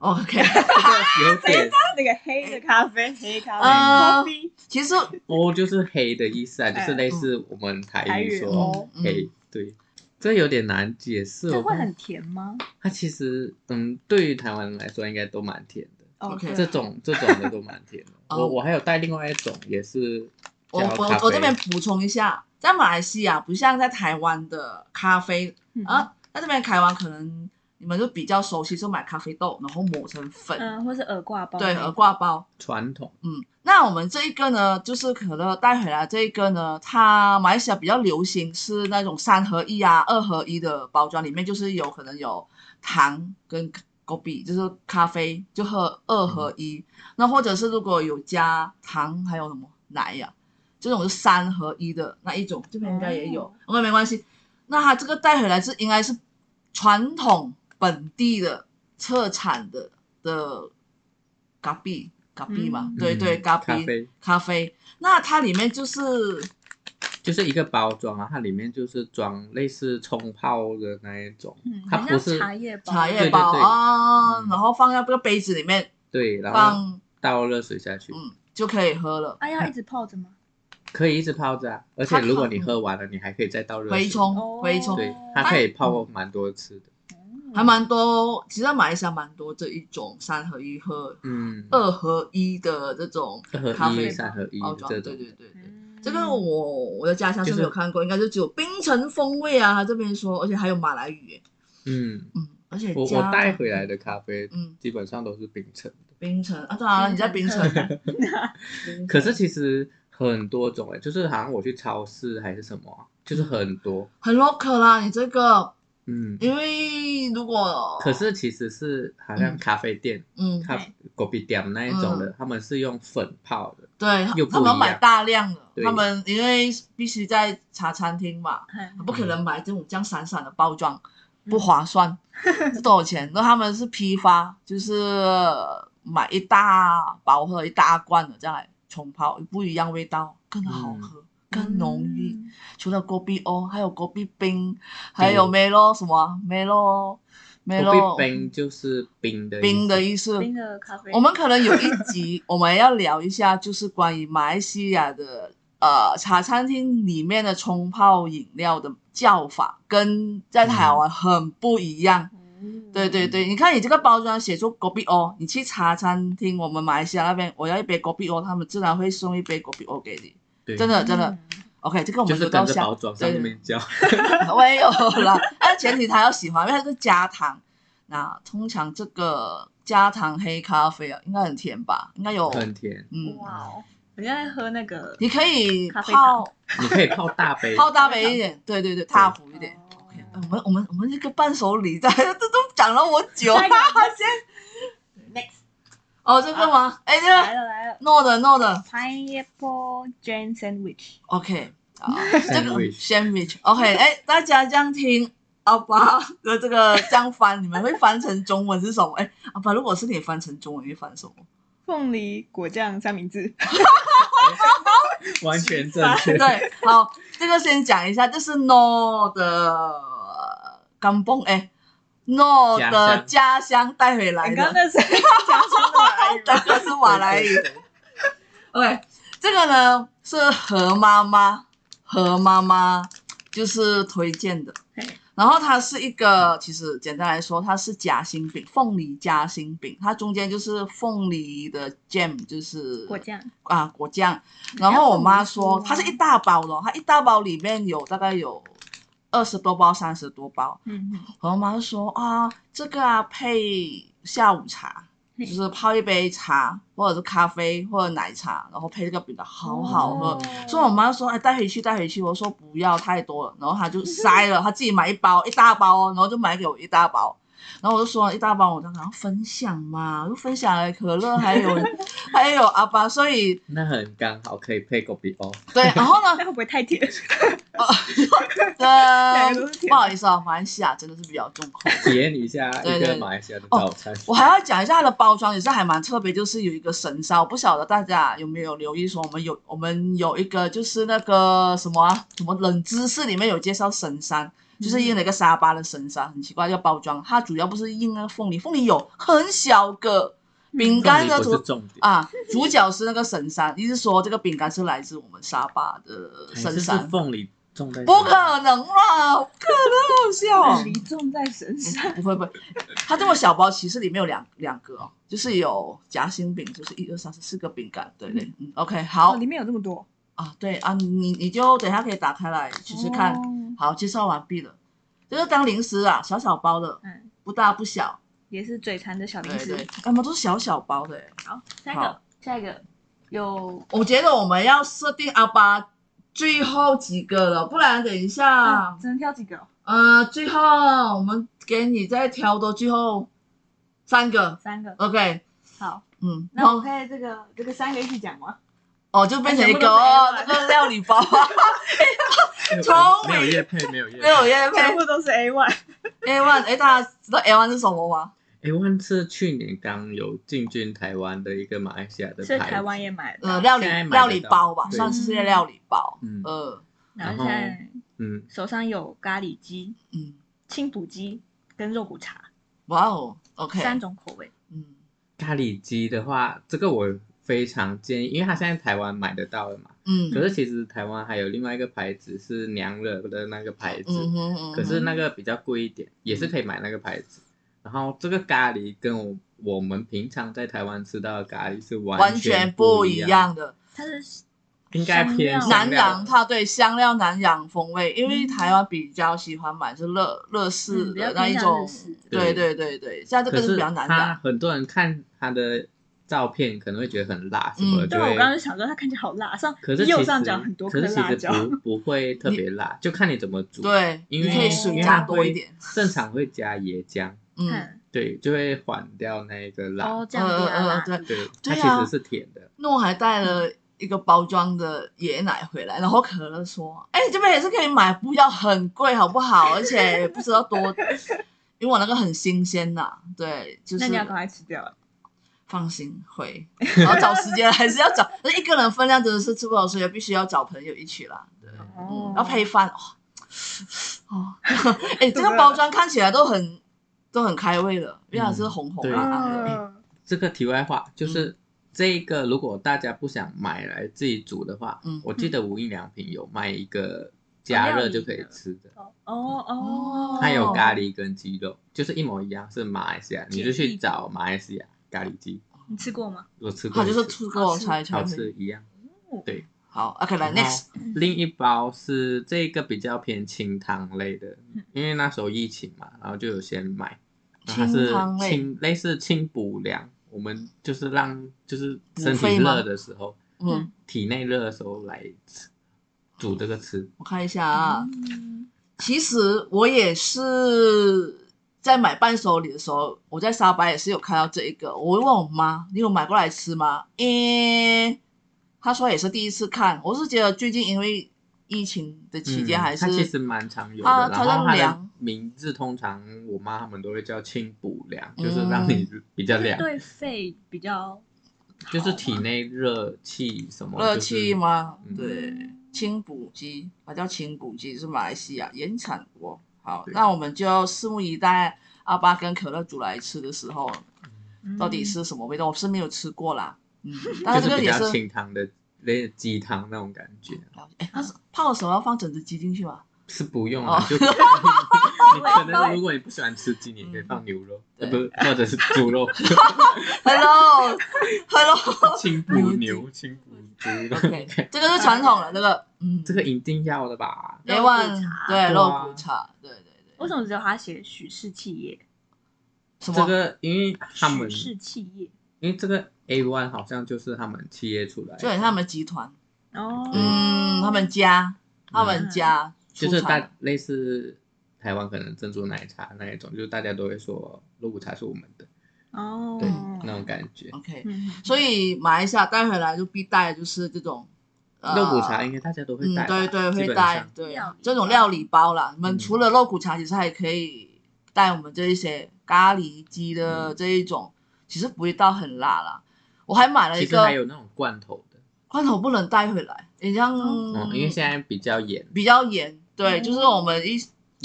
[SPEAKER 3] ？OK，
[SPEAKER 2] *laughs* 这个有点
[SPEAKER 1] 啊那个黑的咖啡，黑咖
[SPEAKER 3] 啊
[SPEAKER 1] 啡，copy
[SPEAKER 3] 其实
[SPEAKER 2] 哦哦，就是黑的意思啊，就是类似我们台语
[SPEAKER 1] 台语
[SPEAKER 2] 说
[SPEAKER 3] 哦嗯
[SPEAKER 2] 黑，对，这有点难解释。
[SPEAKER 1] 这
[SPEAKER 2] 我
[SPEAKER 1] 会
[SPEAKER 2] 看
[SPEAKER 1] 很甜吗
[SPEAKER 2] 它其实，嗯，对于台湾人来说，应该都蛮甜的。
[SPEAKER 3] OK
[SPEAKER 1] 哦对啊
[SPEAKER 2] 这种这种的都蛮甜的。
[SPEAKER 3] 哦
[SPEAKER 2] 我我还有带另外一种，也是
[SPEAKER 3] 我
[SPEAKER 2] 叫
[SPEAKER 3] 我
[SPEAKER 2] 咖
[SPEAKER 3] 我
[SPEAKER 2] 啡
[SPEAKER 3] 这边补充一下，在马来西亚不像在台湾的咖啡
[SPEAKER 1] 嗯
[SPEAKER 3] 啊，在这边台湾可能你们就比较熟悉，就买咖啡豆，然后磨成粉，
[SPEAKER 1] 嗯，或是耳挂包
[SPEAKER 3] 对，
[SPEAKER 1] 那
[SPEAKER 3] 而
[SPEAKER 1] 种
[SPEAKER 3] 挂包。
[SPEAKER 2] 传统
[SPEAKER 3] 嗯，那我们这一个呢，就是可乐带回来这一个呢，它马来西亚比较流行是那种三合一啊、二合一的包装，里面就是有可能有糖跟果比，就是咖啡，就喝二合一。那或者是如果有加糖，还有什么奶呀、这种是三合一的那一种，这边应该也有
[SPEAKER 1] 哦，
[SPEAKER 3] 我、没关系。那它这个带回来是应该是传统本地的特产的的咖啡，咖啡嘛，
[SPEAKER 1] 嗯
[SPEAKER 3] 对对，
[SPEAKER 2] 嗯
[SPEAKER 3] 咖
[SPEAKER 2] 咖
[SPEAKER 3] 啡
[SPEAKER 2] 啡
[SPEAKER 3] 咖啡。那它里面就是
[SPEAKER 2] 就是一个包装啊，它里面就是装类似冲泡的那一种，
[SPEAKER 1] 嗯，
[SPEAKER 2] 它
[SPEAKER 1] 很
[SPEAKER 2] 不
[SPEAKER 1] 像
[SPEAKER 2] 是
[SPEAKER 1] 茶叶包，
[SPEAKER 3] 茶
[SPEAKER 2] 对
[SPEAKER 3] 叶
[SPEAKER 2] 对
[SPEAKER 3] 包
[SPEAKER 2] 对
[SPEAKER 3] 啊，
[SPEAKER 2] 嗯
[SPEAKER 3] 然后放在这个杯子里面
[SPEAKER 2] 对，然后
[SPEAKER 3] 放，
[SPEAKER 2] 倒热水下去，
[SPEAKER 3] 嗯，就可以喝了，
[SPEAKER 1] 啊，要一直泡着吗？
[SPEAKER 2] 可以一直泡着啊。而且
[SPEAKER 3] 它可
[SPEAKER 2] 如果你喝完了，你还可以再倒热水。
[SPEAKER 3] 回冲
[SPEAKER 1] 哦
[SPEAKER 3] 回冲。
[SPEAKER 2] 对，它可以泡蛮多次的。
[SPEAKER 1] 嗯
[SPEAKER 3] 还蛮多，其实马来西亚蛮多这一种三合一和
[SPEAKER 2] 嗯，
[SPEAKER 3] 二合一的这种
[SPEAKER 2] 二
[SPEAKER 3] 咖
[SPEAKER 2] 合一、
[SPEAKER 3] 啡
[SPEAKER 2] 三合一
[SPEAKER 3] 包装，
[SPEAKER 2] 这
[SPEAKER 3] 对
[SPEAKER 2] 种
[SPEAKER 3] 对，对对。
[SPEAKER 1] 嗯
[SPEAKER 3] 这个我我在家乡是
[SPEAKER 2] 就是
[SPEAKER 3] 没有看过，应该就只有冰城风味啊，他这边说，而且还有马来语耶，
[SPEAKER 2] 嗯，
[SPEAKER 3] 嗯，而且
[SPEAKER 2] 我我
[SPEAKER 3] 加
[SPEAKER 2] 带回来，的咖啡
[SPEAKER 3] 嗯，
[SPEAKER 2] 基本上都是冰城的。
[SPEAKER 3] 冰城啊，对啊，你在冰城，
[SPEAKER 2] *laughs*
[SPEAKER 3] 冰城
[SPEAKER 2] 可是其实很多种哎、就是好像我去超市还是什么啊、就是很多，
[SPEAKER 3] 很 local 啦，你这个，
[SPEAKER 2] 嗯。
[SPEAKER 3] 因为如果
[SPEAKER 2] 可是其实是好像咖啡店、
[SPEAKER 3] 嗯，
[SPEAKER 2] 咖果比店那一种的，他们是用粉泡的，
[SPEAKER 3] 对
[SPEAKER 2] 又，不
[SPEAKER 3] 他们
[SPEAKER 2] 一
[SPEAKER 3] 买
[SPEAKER 2] 样
[SPEAKER 3] 大量的，
[SPEAKER 2] 对
[SPEAKER 3] 他们因为必须在茶餐厅嘛，
[SPEAKER 1] 嗨
[SPEAKER 3] 不可能买这种这样闪闪的包装，
[SPEAKER 1] 嗯
[SPEAKER 3] 不
[SPEAKER 1] *laughs*
[SPEAKER 3] 划算，这多少钱？那他们是批发，就是买一大包或者一大罐的再来冲泡，不一样味道，更好喝，更浓郁。
[SPEAKER 1] 嗯
[SPEAKER 3] 除了果比哦，还有果比冰，还有梅洛什么啊梅洛梅
[SPEAKER 2] 果
[SPEAKER 3] 洛
[SPEAKER 2] 比冰就是冰的
[SPEAKER 3] 冰的
[SPEAKER 2] 意思
[SPEAKER 3] 意思。
[SPEAKER 1] 嗯冰的咖啡，
[SPEAKER 3] 我们可能有一
[SPEAKER 2] *laughs*
[SPEAKER 3] 集我们要聊一下，就是关于马来西亚的呃茶餐厅里面的冲泡饮料的叫法，跟在台湾很不一样。
[SPEAKER 1] 嗯
[SPEAKER 3] 对对对，你看你这个包装写出“果比哦”，你去茶餐厅，我们马来西亚那边我要一杯果比哦，他们自然会送一杯果比哦给你。
[SPEAKER 2] 对，嗯
[SPEAKER 3] 真的真
[SPEAKER 1] 嗯
[SPEAKER 3] 的，OK，这个我
[SPEAKER 2] 就
[SPEAKER 3] 们
[SPEAKER 2] 是
[SPEAKER 3] 留
[SPEAKER 2] 跟
[SPEAKER 3] 到
[SPEAKER 2] 着 *laughs*
[SPEAKER 3] 下
[SPEAKER 2] 包装上
[SPEAKER 3] 对哦
[SPEAKER 2] 面叫，
[SPEAKER 3] 没有啦，但前提他要喜欢，因为它是加糖。那通常这个加糖黑咖啡啊，应该很甜吧？应该有
[SPEAKER 2] 很甜。
[SPEAKER 3] 嗯，
[SPEAKER 1] 哇哦，我现在喝那个
[SPEAKER 3] 你可以
[SPEAKER 1] 咖啡
[SPEAKER 3] 泡
[SPEAKER 2] 你可以泡大杯，
[SPEAKER 3] 泡大杯一点，对对对，大壶一点。
[SPEAKER 1] 哦
[SPEAKER 3] OK，我嗯们我们我们这个伴手礼在 *laughs* 这都讲了我
[SPEAKER 1] *laughs*
[SPEAKER 3] 久
[SPEAKER 1] 下一个我先 *laughs* next
[SPEAKER 3] 哦，这个吗？哎，这
[SPEAKER 1] 啊来
[SPEAKER 3] 个
[SPEAKER 1] 了来了
[SPEAKER 3] no 的 no 的
[SPEAKER 1] ，pineapple jam sandwich，
[SPEAKER 3] ，OK 啊，这个
[SPEAKER 2] sandwich
[SPEAKER 3] sandwich OK，哎，大家这样听阿爸 *laughs* 的这个这样翻，你们会翻成中文是什么？哎，阿爸，如果是你翻成中文，你会翻什么？
[SPEAKER 1] 凤梨果酱三明治，
[SPEAKER 2] 完全正
[SPEAKER 1] *laughs*
[SPEAKER 2] 确。
[SPEAKER 3] 对，好，这个先讲一下，这是 No 的甘崩哎，No
[SPEAKER 2] 家乡
[SPEAKER 3] 的家乡带回来
[SPEAKER 1] 你
[SPEAKER 3] 的
[SPEAKER 1] 刚刚，那是讲出来 *laughs*
[SPEAKER 3] 这个是马来语。OK，这个呢是何妈妈，何妈妈就是推荐的
[SPEAKER 1] 嘿。
[SPEAKER 3] 然后它是一个，其实简单来说，它是夹心饼，凤梨夹心饼，它中间就是凤梨的 jam，就是
[SPEAKER 1] 果酱，
[SPEAKER 3] 啊果酱。然后我妈说，它
[SPEAKER 1] 它
[SPEAKER 3] 是一大包的哦，它一大包里面有大概有二十多包、三十多包。
[SPEAKER 1] 嗯嗯
[SPEAKER 3] 然后我妈就说啊，这个啊配下午茶，
[SPEAKER 1] 嘿
[SPEAKER 3] 就是泡一杯茶或者是咖啡或者奶茶，然后配这个饼的，好好喝。
[SPEAKER 1] 哦
[SPEAKER 3] 所以我妈说，哎，带回去，带回去。我说不要太多了，然后她就塞了，她自己买一包，一大包哦，然后就买给我一大包。然后我就说一大包，我就想要分享嘛，我就分享了可乐，还
[SPEAKER 1] *laughs*
[SPEAKER 3] 有还有阿巴，所以
[SPEAKER 2] 那很刚好可以配狗比哦，
[SPEAKER 3] 对，然后呢
[SPEAKER 1] 那，会不会太甜？
[SPEAKER 3] 呃
[SPEAKER 1] *laughs* 两个都是，甜
[SPEAKER 3] 不好意思啊，马来西亚真的是比较重口味。
[SPEAKER 2] 体验一下
[SPEAKER 3] 对
[SPEAKER 2] 一
[SPEAKER 3] 对
[SPEAKER 2] 个
[SPEAKER 3] 对哦
[SPEAKER 2] 马来西亚的早餐。
[SPEAKER 3] 我还要讲一下它的包装，也是还蛮特别，就是有一个神烧，不晓得大家有没有留意说，我们有我们有一个就是那个什么啊、什么冷知识里面有介绍神山，就是印了一个沙巴的神山，很奇怪叫包装，它主要不是印那个凤梨，凤梨有很小个饼干的
[SPEAKER 2] 重点不
[SPEAKER 3] 图
[SPEAKER 2] 是重点， *laughs*
[SPEAKER 3] 啊，主角是那个神山，意思说这个饼干是来自我们沙巴的
[SPEAKER 2] 还
[SPEAKER 3] 神
[SPEAKER 2] 哎 *laughs* 是
[SPEAKER 3] 山
[SPEAKER 2] 是。凤梨重在
[SPEAKER 3] 不可能啦，不可能，好笑哦、
[SPEAKER 1] 离重在身上，
[SPEAKER 3] 不会不会，它这个小包其实里面有两两个哦，就是有夹心饼，就是一二三四四个饼干，对对，嗯，OK，好
[SPEAKER 1] 哦，里面有这么多，
[SPEAKER 3] 啊，对啊，你你就等一下可以打开来试试看。
[SPEAKER 1] 哦
[SPEAKER 3] 好，介绍完毕了，就是当零食啊，小小包的，
[SPEAKER 1] 嗯，
[SPEAKER 3] 不大不小，
[SPEAKER 1] 也是嘴馋的小零
[SPEAKER 3] 对
[SPEAKER 1] 食
[SPEAKER 3] 对。，他们都是小小包的欸。
[SPEAKER 1] 好，下一个
[SPEAKER 3] 好，
[SPEAKER 1] 下一个有
[SPEAKER 3] 我觉得我们要设定阿巴最后几个了，不然等一下
[SPEAKER 1] 啊，，只能挑几个哦，
[SPEAKER 3] 呃，最后我们给你再挑多最后三个
[SPEAKER 1] 三个。
[SPEAKER 3] ，OK，
[SPEAKER 1] 好，
[SPEAKER 3] 嗯，
[SPEAKER 1] 那我可以这个这个三个一起讲吗？
[SPEAKER 3] 哦，就变成一
[SPEAKER 2] 哎
[SPEAKER 1] 全部
[SPEAKER 3] 个
[SPEAKER 1] 都是
[SPEAKER 3] 哦
[SPEAKER 1] A
[SPEAKER 3] 那
[SPEAKER 1] 碗
[SPEAKER 3] 个料理包，啊
[SPEAKER 2] *laughs*
[SPEAKER 3] 从
[SPEAKER 2] 没有叶配，没有叶
[SPEAKER 3] 没有叶
[SPEAKER 1] *laughs*
[SPEAKER 3] 配
[SPEAKER 1] 全部都是 A one，
[SPEAKER 3] A one，哎，大家知道 A one 是什么吗？
[SPEAKER 2] A One 是哎去年刚有进军台湾的一个马来西亚的
[SPEAKER 1] 所
[SPEAKER 2] 牌
[SPEAKER 1] 以
[SPEAKER 2] 子，
[SPEAKER 1] 台湾也买
[SPEAKER 3] 呃，
[SPEAKER 1] 了，
[SPEAKER 3] 料理
[SPEAKER 2] 啊现在买得
[SPEAKER 3] 料理
[SPEAKER 2] 到
[SPEAKER 3] 包吧，
[SPEAKER 2] 对
[SPEAKER 3] 算是料理包，
[SPEAKER 2] 嗯
[SPEAKER 3] 呃，
[SPEAKER 1] 然后现在
[SPEAKER 2] 嗯，
[SPEAKER 1] 手上有咖喱鸡、
[SPEAKER 3] 嗯，
[SPEAKER 1] 清补鸡跟肉骨茶
[SPEAKER 3] 哇哦，OK，
[SPEAKER 1] 三种口味。
[SPEAKER 3] 嗯，
[SPEAKER 2] 咖喱鸡的话，这个我非常建议，因为它现在台湾买得到了嘛。
[SPEAKER 3] 嗯
[SPEAKER 2] 可是其实台湾还有另外一个牌子是娘惹的那个牌子，
[SPEAKER 3] 嗯哼嗯哼，
[SPEAKER 2] 可是那个比较贵一点，也是可以买那个牌子。然后这个咖喱跟我我们平常在台湾吃到的咖喱是
[SPEAKER 3] 完
[SPEAKER 2] 全
[SPEAKER 3] 全不
[SPEAKER 2] 一
[SPEAKER 3] 一，样的。
[SPEAKER 1] 它是
[SPEAKER 2] 应该偏
[SPEAKER 1] 香料
[SPEAKER 3] 南
[SPEAKER 2] 香料
[SPEAKER 3] 洋，它对香料南洋风味，因为
[SPEAKER 1] 嗯
[SPEAKER 3] 台湾比较喜欢买是乐乐式
[SPEAKER 1] 嗯比较
[SPEAKER 3] 的那一
[SPEAKER 1] 偏向
[SPEAKER 3] 种
[SPEAKER 1] 日式，
[SPEAKER 3] 对
[SPEAKER 2] 对
[SPEAKER 3] 对对对，像这
[SPEAKER 2] 可
[SPEAKER 3] 个
[SPEAKER 2] 是
[SPEAKER 3] 比较南
[SPEAKER 2] 它
[SPEAKER 3] 洋，
[SPEAKER 2] 很多人看它的照片可能会觉得很辣什么的，
[SPEAKER 3] 嗯
[SPEAKER 2] 就
[SPEAKER 1] 对，
[SPEAKER 2] 会
[SPEAKER 1] 我刚刚就想说它看起来好辣，上
[SPEAKER 2] 可是其
[SPEAKER 1] 右
[SPEAKER 2] 实
[SPEAKER 1] 上角很多颗
[SPEAKER 2] 可是
[SPEAKER 1] 辣
[SPEAKER 2] 其实
[SPEAKER 1] 椒，
[SPEAKER 2] 不不会特别辣，就看你怎么煮。，
[SPEAKER 3] 对，
[SPEAKER 2] 因
[SPEAKER 3] 你
[SPEAKER 2] 为
[SPEAKER 3] 可以水
[SPEAKER 2] 因为
[SPEAKER 3] 加
[SPEAKER 2] 它
[SPEAKER 3] 多
[SPEAKER 2] 会
[SPEAKER 3] 一点，
[SPEAKER 2] 正常会加椰浆，
[SPEAKER 3] 嗯，
[SPEAKER 1] 嗯，
[SPEAKER 2] 对，就会缓掉那个辣。
[SPEAKER 1] 哦，这
[SPEAKER 3] 嗯
[SPEAKER 1] 样子
[SPEAKER 3] 嗯
[SPEAKER 1] 辣
[SPEAKER 3] 嗯
[SPEAKER 1] 辣，
[SPEAKER 3] 对，
[SPEAKER 2] 对，
[SPEAKER 3] 对啊
[SPEAKER 2] 它其实是甜的。
[SPEAKER 3] 诺还带了一个包装的椰奶回来，然后可乐说：“哎、你这边也是可以买，不要很贵，好不好？而且也不知道多，因为我那个很新鲜呐、对，就
[SPEAKER 1] 那
[SPEAKER 3] 是
[SPEAKER 1] 你要赶快吃掉了。
[SPEAKER 3] 放心会，然后找时间还是要找，那一个人分量真的是吃不好，所以必须要找朋友一起啦，对，
[SPEAKER 1] 哦
[SPEAKER 3] 要配饭哦，哦，哎、这
[SPEAKER 1] 真
[SPEAKER 3] 个
[SPEAKER 1] 的
[SPEAKER 3] 包装看起来都很都很开胃了，因为它是红红
[SPEAKER 2] 对
[SPEAKER 3] 啊啊的，
[SPEAKER 1] 嗯
[SPEAKER 2] 这个题外话就是。这个如果大家不想买来自己煮的话，
[SPEAKER 3] 嗯
[SPEAKER 2] 我记得无印良品有卖一个加热就可以吃的，
[SPEAKER 1] 哦哦，
[SPEAKER 2] 嗯它有咖喱跟鸡肉，就是一模一样，是马来西亚，你就
[SPEAKER 1] 简
[SPEAKER 2] 去
[SPEAKER 1] 易
[SPEAKER 2] 找马来西亚咖喱鸡，
[SPEAKER 1] 你吃过吗？
[SPEAKER 2] 我吃过
[SPEAKER 3] 它
[SPEAKER 2] 一次，
[SPEAKER 3] 就是出锅才才
[SPEAKER 2] 好
[SPEAKER 3] 会
[SPEAKER 2] 吃嗯一样。
[SPEAKER 3] 好，OK 来
[SPEAKER 2] 然后
[SPEAKER 3] next。”
[SPEAKER 2] 另一包是这个比较偏清汤类的，因为那时候疫情嘛，然后就有先买，然后它
[SPEAKER 3] 清汤类
[SPEAKER 2] 是清类似清补凉，我们就是让就是身
[SPEAKER 3] 补肺
[SPEAKER 2] 体
[SPEAKER 3] 吗
[SPEAKER 2] 热的时候，
[SPEAKER 3] 嗯，
[SPEAKER 2] 体内热的时候来吃煮这个吃。
[SPEAKER 3] 我看一下啊，
[SPEAKER 1] 嗯
[SPEAKER 3] 其实我也是在买伴手礼的时候，我在沙巴也是有看到这一个，我问我妈，你有买过来吃吗？诶、她说也是第一次看，我是觉得最近因为疫情的期间
[SPEAKER 2] 嗯
[SPEAKER 3] 还是、
[SPEAKER 2] 它其实蛮常有的，
[SPEAKER 3] 它
[SPEAKER 2] 然
[SPEAKER 3] 它
[SPEAKER 2] 后
[SPEAKER 3] 叫
[SPEAKER 2] 它的
[SPEAKER 3] 凉
[SPEAKER 2] 名字通常我妈他们都会叫清补凉，
[SPEAKER 3] 嗯
[SPEAKER 2] 就是让你比较凉，
[SPEAKER 1] 对肺比较
[SPEAKER 2] 就是体内热气什么
[SPEAKER 3] 热气？吗？
[SPEAKER 2] 嗯
[SPEAKER 3] 对，清补鸡，它叫清补鸡，是马来西亚原产国。好，
[SPEAKER 2] 对
[SPEAKER 3] 那我们就拭目以待，阿巴跟可乐煮来吃的时候，
[SPEAKER 1] 嗯
[SPEAKER 3] 到底是什么味道？我是没有吃过啦。嗯，但
[SPEAKER 2] 就是就是
[SPEAKER 3] 这个
[SPEAKER 2] 比
[SPEAKER 3] 也
[SPEAKER 2] 较
[SPEAKER 3] 是
[SPEAKER 2] 清汤的，类似鸡汤那种感觉。
[SPEAKER 3] 了解。哎，他是泡的时候要放整只鸡进去吗？
[SPEAKER 2] 是不用
[SPEAKER 3] 哦
[SPEAKER 2] 啊，就 *laughs* 你
[SPEAKER 3] *laughs*
[SPEAKER 2] 可能如果你不喜欢吃鸡，你可以放牛肉，呃
[SPEAKER 3] 嗯
[SPEAKER 2] 不，或者是猪
[SPEAKER 3] *laughs*
[SPEAKER 2] 肉，
[SPEAKER 3] Hello，Hello。
[SPEAKER 2] 清补
[SPEAKER 3] *laughs*
[SPEAKER 2] 牛、清补猪肉。 *laughs*
[SPEAKER 3] OK，这个是传统了，这个嗯，
[SPEAKER 2] 这个一定要的吧？
[SPEAKER 3] 每晚
[SPEAKER 1] 肉骨茶
[SPEAKER 3] 对
[SPEAKER 2] 对啊
[SPEAKER 3] 肉骨茶，对对对，
[SPEAKER 1] 为什么只有他写许氏企业？
[SPEAKER 3] 什
[SPEAKER 2] 这
[SPEAKER 3] 么
[SPEAKER 2] 个因为他们
[SPEAKER 1] 许，氏企业
[SPEAKER 2] 因为这个 A one 好像就是他们企业出来的，
[SPEAKER 3] 就很像他们集团，
[SPEAKER 1] 哦，
[SPEAKER 3] 嗯，他们家，他们家
[SPEAKER 2] 嗯就
[SPEAKER 3] 出
[SPEAKER 2] 是
[SPEAKER 3] 产的
[SPEAKER 2] 大类似台湾可能珍珠奶茶那一种，就是大家都会说肉骨茶是我们的，
[SPEAKER 1] 哦，
[SPEAKER 2] 对，
[SPEAKER 3] 嗯
[SPEAKER 2] 那种感觉。
[SPEAKER 3] ，OK。
[SPEAKER 1] 嗯，
[SPEAKER 3] 所以马来西亚带回来就必带的就是这种呃
[SPEAKER 2] 肉骨茶应该大家都会
[SPEAKER 3] 嗯，
[SPEAKER 2] 带吧，
[SPEAKER 3] 对对，
[SPEAKER 2] 基
[SPEAKER 3] 会
[SPEAKER 2] 本
[SPEAKER 3] 带
[SPEAKER 2] 上，
[SPEAKER 3] 对
[SPEAKER 1] 料理
[SPEAKER 3] 这种料理包啦。你们
[SPEAKER 2] 嗯
[SPEAKER 3] 除了肉骨茶，其实还可以带我们这一些咖喱鸡的
[SPEAKER 2] 嗯
[SPEAKER 3] 这一种，其实不会到很辣啦。我还买了一
[SPEAKER 2] 其实
[SPEAKER 3] 个
[SPEAKER 2] 还有那种罐头的，
[SPEAKER 3] 罐头，不能带回来，你像、
[SPEAKER 2] 嗯，因为现在比较严，
[SPEAKER 3] 比较严，对，
[SPEAKER 1] 哦嗯
[SPEAKER 3] 就是我们一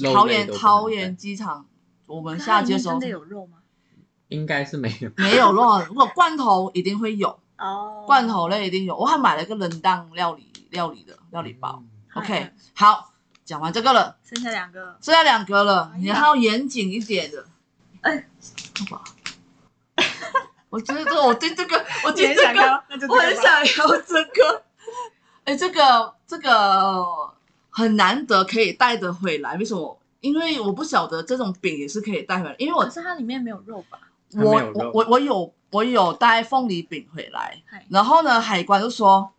[SPEAKER 2] 肉类都
[SPEAKER 3] 桃园
[SPEAKER 2] 不能
[SPEAKER 3] 桃
[SPEAKER 2] 带
[SPEAKER 3] 园机场，我们
[SPEAKER 1] 可是
[SPEAKER 3] 下
[SPEAKER 1] 它里
[SPEAKER 3] 机的
[SPEAKER 1] 面
[SPEAKER 3] 时候
[SPEAKER 1] 真的有肉吗？
[SPEAKER 2] 应该是没有。
[SPEAKER 3] 没有肉，如果罐头一定会有，
[SPEAKER 1] 哦，
[SPEAKER 3] 罐头类一定有。我还买了一个冷淡料理料理的料理包。
[SPEAKER 2] 嗯
[SPEAKER 1] 嗨
[SPEAKER 3] OK，好，讲完这个了，
[SPEAKER 1] 剩下两个，
[SPEAKER 3] 剩下两个了，
[SPEAKER 1] 哎呀
[SPEAKER 3] 你要严谨一点的。
[SPEAKER 1] 哎，
[SPEAKER 3] 好吧。 *laughs* 我觉得这个，我对这个， *laughs* 我
[SPEAKER 1] 你
[SPEAKER 3] 对
[SPEAKER 1] 很
[SPEAKER 3] 这
[SPEAKER 1] 想
[SPEAKER 3] 个，
[SPEAKER 1] 要，那就这
[SPEAKER 3] 我很
[SPEAKER 1] 个吧。
[SPEAKER 3] 想要这个。哎，这个这个很难得可以带得回来，为什么？因为我不晓得这种饼也是可以带回来，因为我
[SPEAKER 1] 可是它里面没有肉吧？
[SPEAKER 2] 它没
[SPEAKER 3] 我
[SPEAKER 2] 有
[SPEAKER 3] 我
[SPEAKER 2] 肉
[SPEAKER 3] 我我有我有带凤梨饼回来，
[SPEAKER 1] 嗨
[SPEAKER 3] 然后呢，海关就说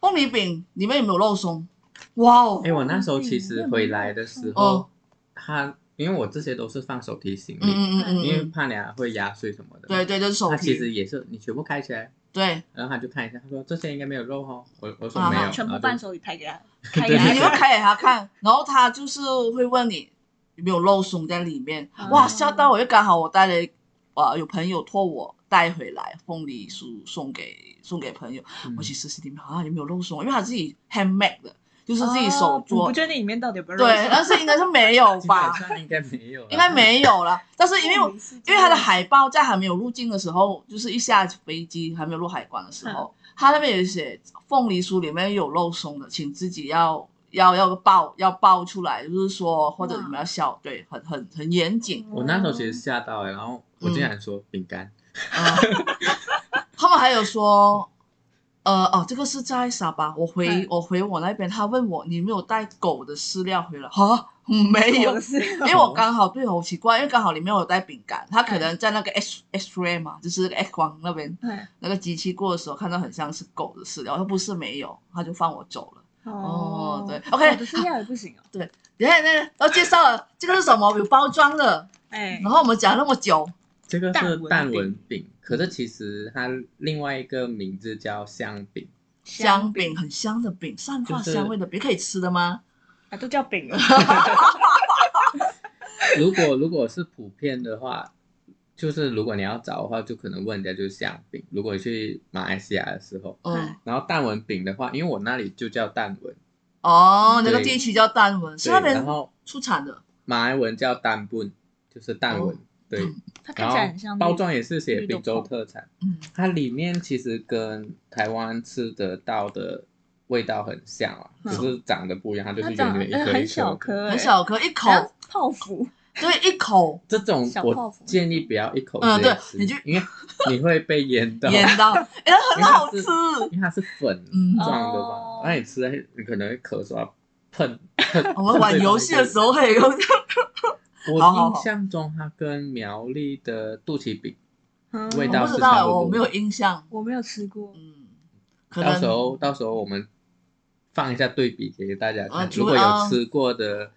[SPEAKER 3] 凤梨饼里面有没有肉松？哇哦
[SPEAKER 2] 哎、，我那时候其实回来的时
[SPEAKER 3] 哦
[SPEAKER 2] 候，他因为我这些都是放手提行
[SPEAKER 3] 嗯
[SPEAKER 2] 李，
[SPEAKER 3] 嗯嗯
[SPEAKER 2] 因为
[SPEAKER 3] 嗯嗯，
[SPEAKER 2] 怕俩会压碎什么的。
[SPEAKER 3] 对，对，就是手
[SPEAKER 2] 他其
[SPEAKER 3] 提，
[SPEAKER 2] 实也是你全部开起来，
[SPEAKER 3] 对，
[SPEAKER 2] 然后他就看一下，他说这些应该没有肉哦。我我说
[SPEAKER 3] 啊
[SPEAKER 2] 没有，
[SPEAKER 1] 全部
[SPEAKER 2] 然后
[SPEAKER 1] 伴
[SPEAKER 2] 就
[SPEAKER 1] 手礼拍给
[SPEAKER 3] *laughs*
[SPEAKER 1] 他，开给
[SPEAKER 2] 对
[SPEAKER 3] 你
[SPEAKER 1] 他
[SPEAKER 2] 对
[SPEAKER 3] 你们
[SPEAKER 1] 看。
[SPEAKER 3] 开给他看，然后他就是会问你有没有肉松在里面，哇，
[SPEAKER 1] 嗯
[SPEAKER 3] 吓到我，又刚好我带了一，呃，有朋友托我带回来凤梨酥送给送给朋友，
[SPEAKER 2] 嗯
[SPEAKER 3] 我其实心里面啊有没有肉松，因为他自己 handmade 的，就是自己
[SPEAKER 1] 哦
[SPEAKER 3] 手
[SPEAKER 1] 我
[SPEAKER 3] 做
[SPEAKER 1] 不，确定里面到底有没有肉
[SPEAKER 3] 对， *laughs*
[SPEAKER 1] 松。
[SPEAKER 3] 但是应该是没有
[SPEAKER 2] 基
[SPEAKER 3] 吧
[SPEAKER 2] *laughs* 本。上应该没有啦，啊
[SPEAKER 3] *laughs* 应该没有了。但是因为我因为它
[SPEAKER 1] 他
[SPEAKER 3] 的海报在还没有入境的时候，就是一下飞机还没有入海关的时候，它那边有写凤梨酥里面有肉松的，请自己要要要爆要爆出来，就是说或者
[SPEAKER 1] 哇
[SPEAKER 3] 你们要笑，对，很很很严谨。
[SPEAKER 2] 我那时候其实吓到欸了，然后我竟然说饼干，
[SPEAKER 3] 嗯他们还有说。呃哦，这个是在沙巴，我回
[SPEAKER 1] 嗯
[SPEAKER 3] 我回我那边，他问我你有没有带狗的饲料回来？哈，没有，
[SPEAKER 1] 是，
[SPEAKER 3] 因为我刚好对好奇怪，因为刚好里面有带饼干，他可能在那个 X X ray 嘛，就是那个 X 光那边
[SPEAKER 1] *laughs* 哎
[SPEAKER 3] 那个机器过的时候，看到很像是狗的饲料，他不是没有，他就放我走了。哦对，OK
[SPEAKER 1] 我的饲料也不行哦。
[SPEAKER 3] 然后那个要介绍了，这个是什么？有包装的。
[SPEAKER 1] 哎
[SPEAKER 3] 然，后我们讲那么久，
[SPEAKER 2] 这个是
[SPEAKER 1] 蛋
[SPEAKER 2] 蛋
[SPEAKER 1] 纹
[SPEAKER 2] 纹饼，可是其实它另外一个名字叫香饼，
[SPEAKER 3] 香饼很香的饼，散发
[SPEAKER 2] 就是
[SPEAKER 3] 香味的饼，可以吃的吗？
[SPEAKER 1] 啊，都叫饼了。
[SPEAKER 3] *laughs*
[SPEAKER 2] *laughs* 如果如果是普遍的话，就是如果你要找的话，就可能问人家就是香饼。如果你去马来西亚的时候，
[SPEAKER 3] 嗯，
[SPEAKER 2] 然后蛋纹饼的话，因为我那里就叫蛋纹，
[SPEAKER 3] 哦，那个
[SPEAKER 2] 对
[SPEAKER 3] 地区叫丹文，是
[SPEAKER 2] 对，
[SPEAKER 3] 那
[SPEAKER 2] 然
[SPEAKER 3] 边
[SPEAKER 2] 后
[SPEAKER 3] 出产的。
[SPEAKER 2] 马来文叫蛋bunn，就是蛋纹，
[SPEAKER 3] 哦
[SPEAKER 2] 对，
[SPEAKER 3] 嗯
[SPEAKER 1] 它看
[SPEAKER 2] 然
[SPEAKER 1] 起来很像
[SPEAKER 2] 后
[SPEAKER 1] 绿
[SPEAKER 2] 包装也是写
[SPEAKER 1] 绿豆
[SPEAKER 2] 滨州
[SPEAKER 1] 泡
[SPEAKER 2] 特产，
[SPEAKER 3] 嗯
[SPEAKER 2] 它里面其实跟台湾吃得到的味道很像啊，
[SPEAKER 1] 嗯
[SPEAKER 2] 只是长得不一样，它就是
[SPEAKER 1] 它
[SPEAKER 2] 永
[SPEAKER 1] 长
[SPEAKER 2] 远一
[SPEAKER 1] 呃
[SPEAKER 2] 颗一
[SPEAKER 1] 很小
[SPEAKER 2] 颗。
[SPEAKER 1] 颗，
[SPEAKER 3] 很，小颗，一口，
[SPEAKER 1] 像泡芙。
[SPEAKER 3] 对，一口
[SPEAKER 2] 这种
[SPEAKER 1] 小泡
[SPEAKER 2] 我
[SPEAKER 1] 芙
[SPEAKER 2] 建议不要一口
[SPEAKER 3] 嗯
[SPEAKER 2] 直接
[SPEAKER 3] 对
[SPEAKER 2] 吃，
[SPEAKER 3] 你就
[SPEAKER 2] 因为你会被
[SPEAKER 1] *laughs*
[SPEAKER 2] 淹到，
[SPEAKER 3] 淹到，哎，它很好吃
[SPEAKER 2] 因为。因为它哦是粉
[SPEAKER 3] 嗯
[SPEAKER 2] 状的嘛
[SPEAKER 1] 哦，
[SPEAKER 2] 那你吃了你可能会咳嗽啊
[SPEAKER 3] *laughs*
[SPEAKER 2] 喷。喷
[SPEAKER 3] 我们玩游戏的时候，会有
[SPEAKER 2] 我
[SPEAKER 3] 好好好
[SPEAKER 2] 印象中它跟苗栗的肚脐饼，
[SPEAKER 1] 嗯
[SPEAKER 2] 味
[SPEAKER 3] 我
[SPEAKER 2] 道
[SPEAKER 3] 不
[SPEAKER 2] 是
[SPEAKER 3] 知
[SPEAKER 2] 差
[SPEAKER 3] 道，
[SPEAKER 2] 不多
[SPEAKER 3] 我没有印象。
[SPEAKER 1] 我没有吃过。
[SPEAKER 3] 嗯，可能
[SPEAKER 2] 到时候到时候我们放一下对比给大家
[SPEAKER 3] 啊
[SPEAKER 2] 看，
[SPEAKER 3] 主
[SPEAKER 2] 如果
[SPEAKER 3] 啊
[SPEAKER 2] 有吃过的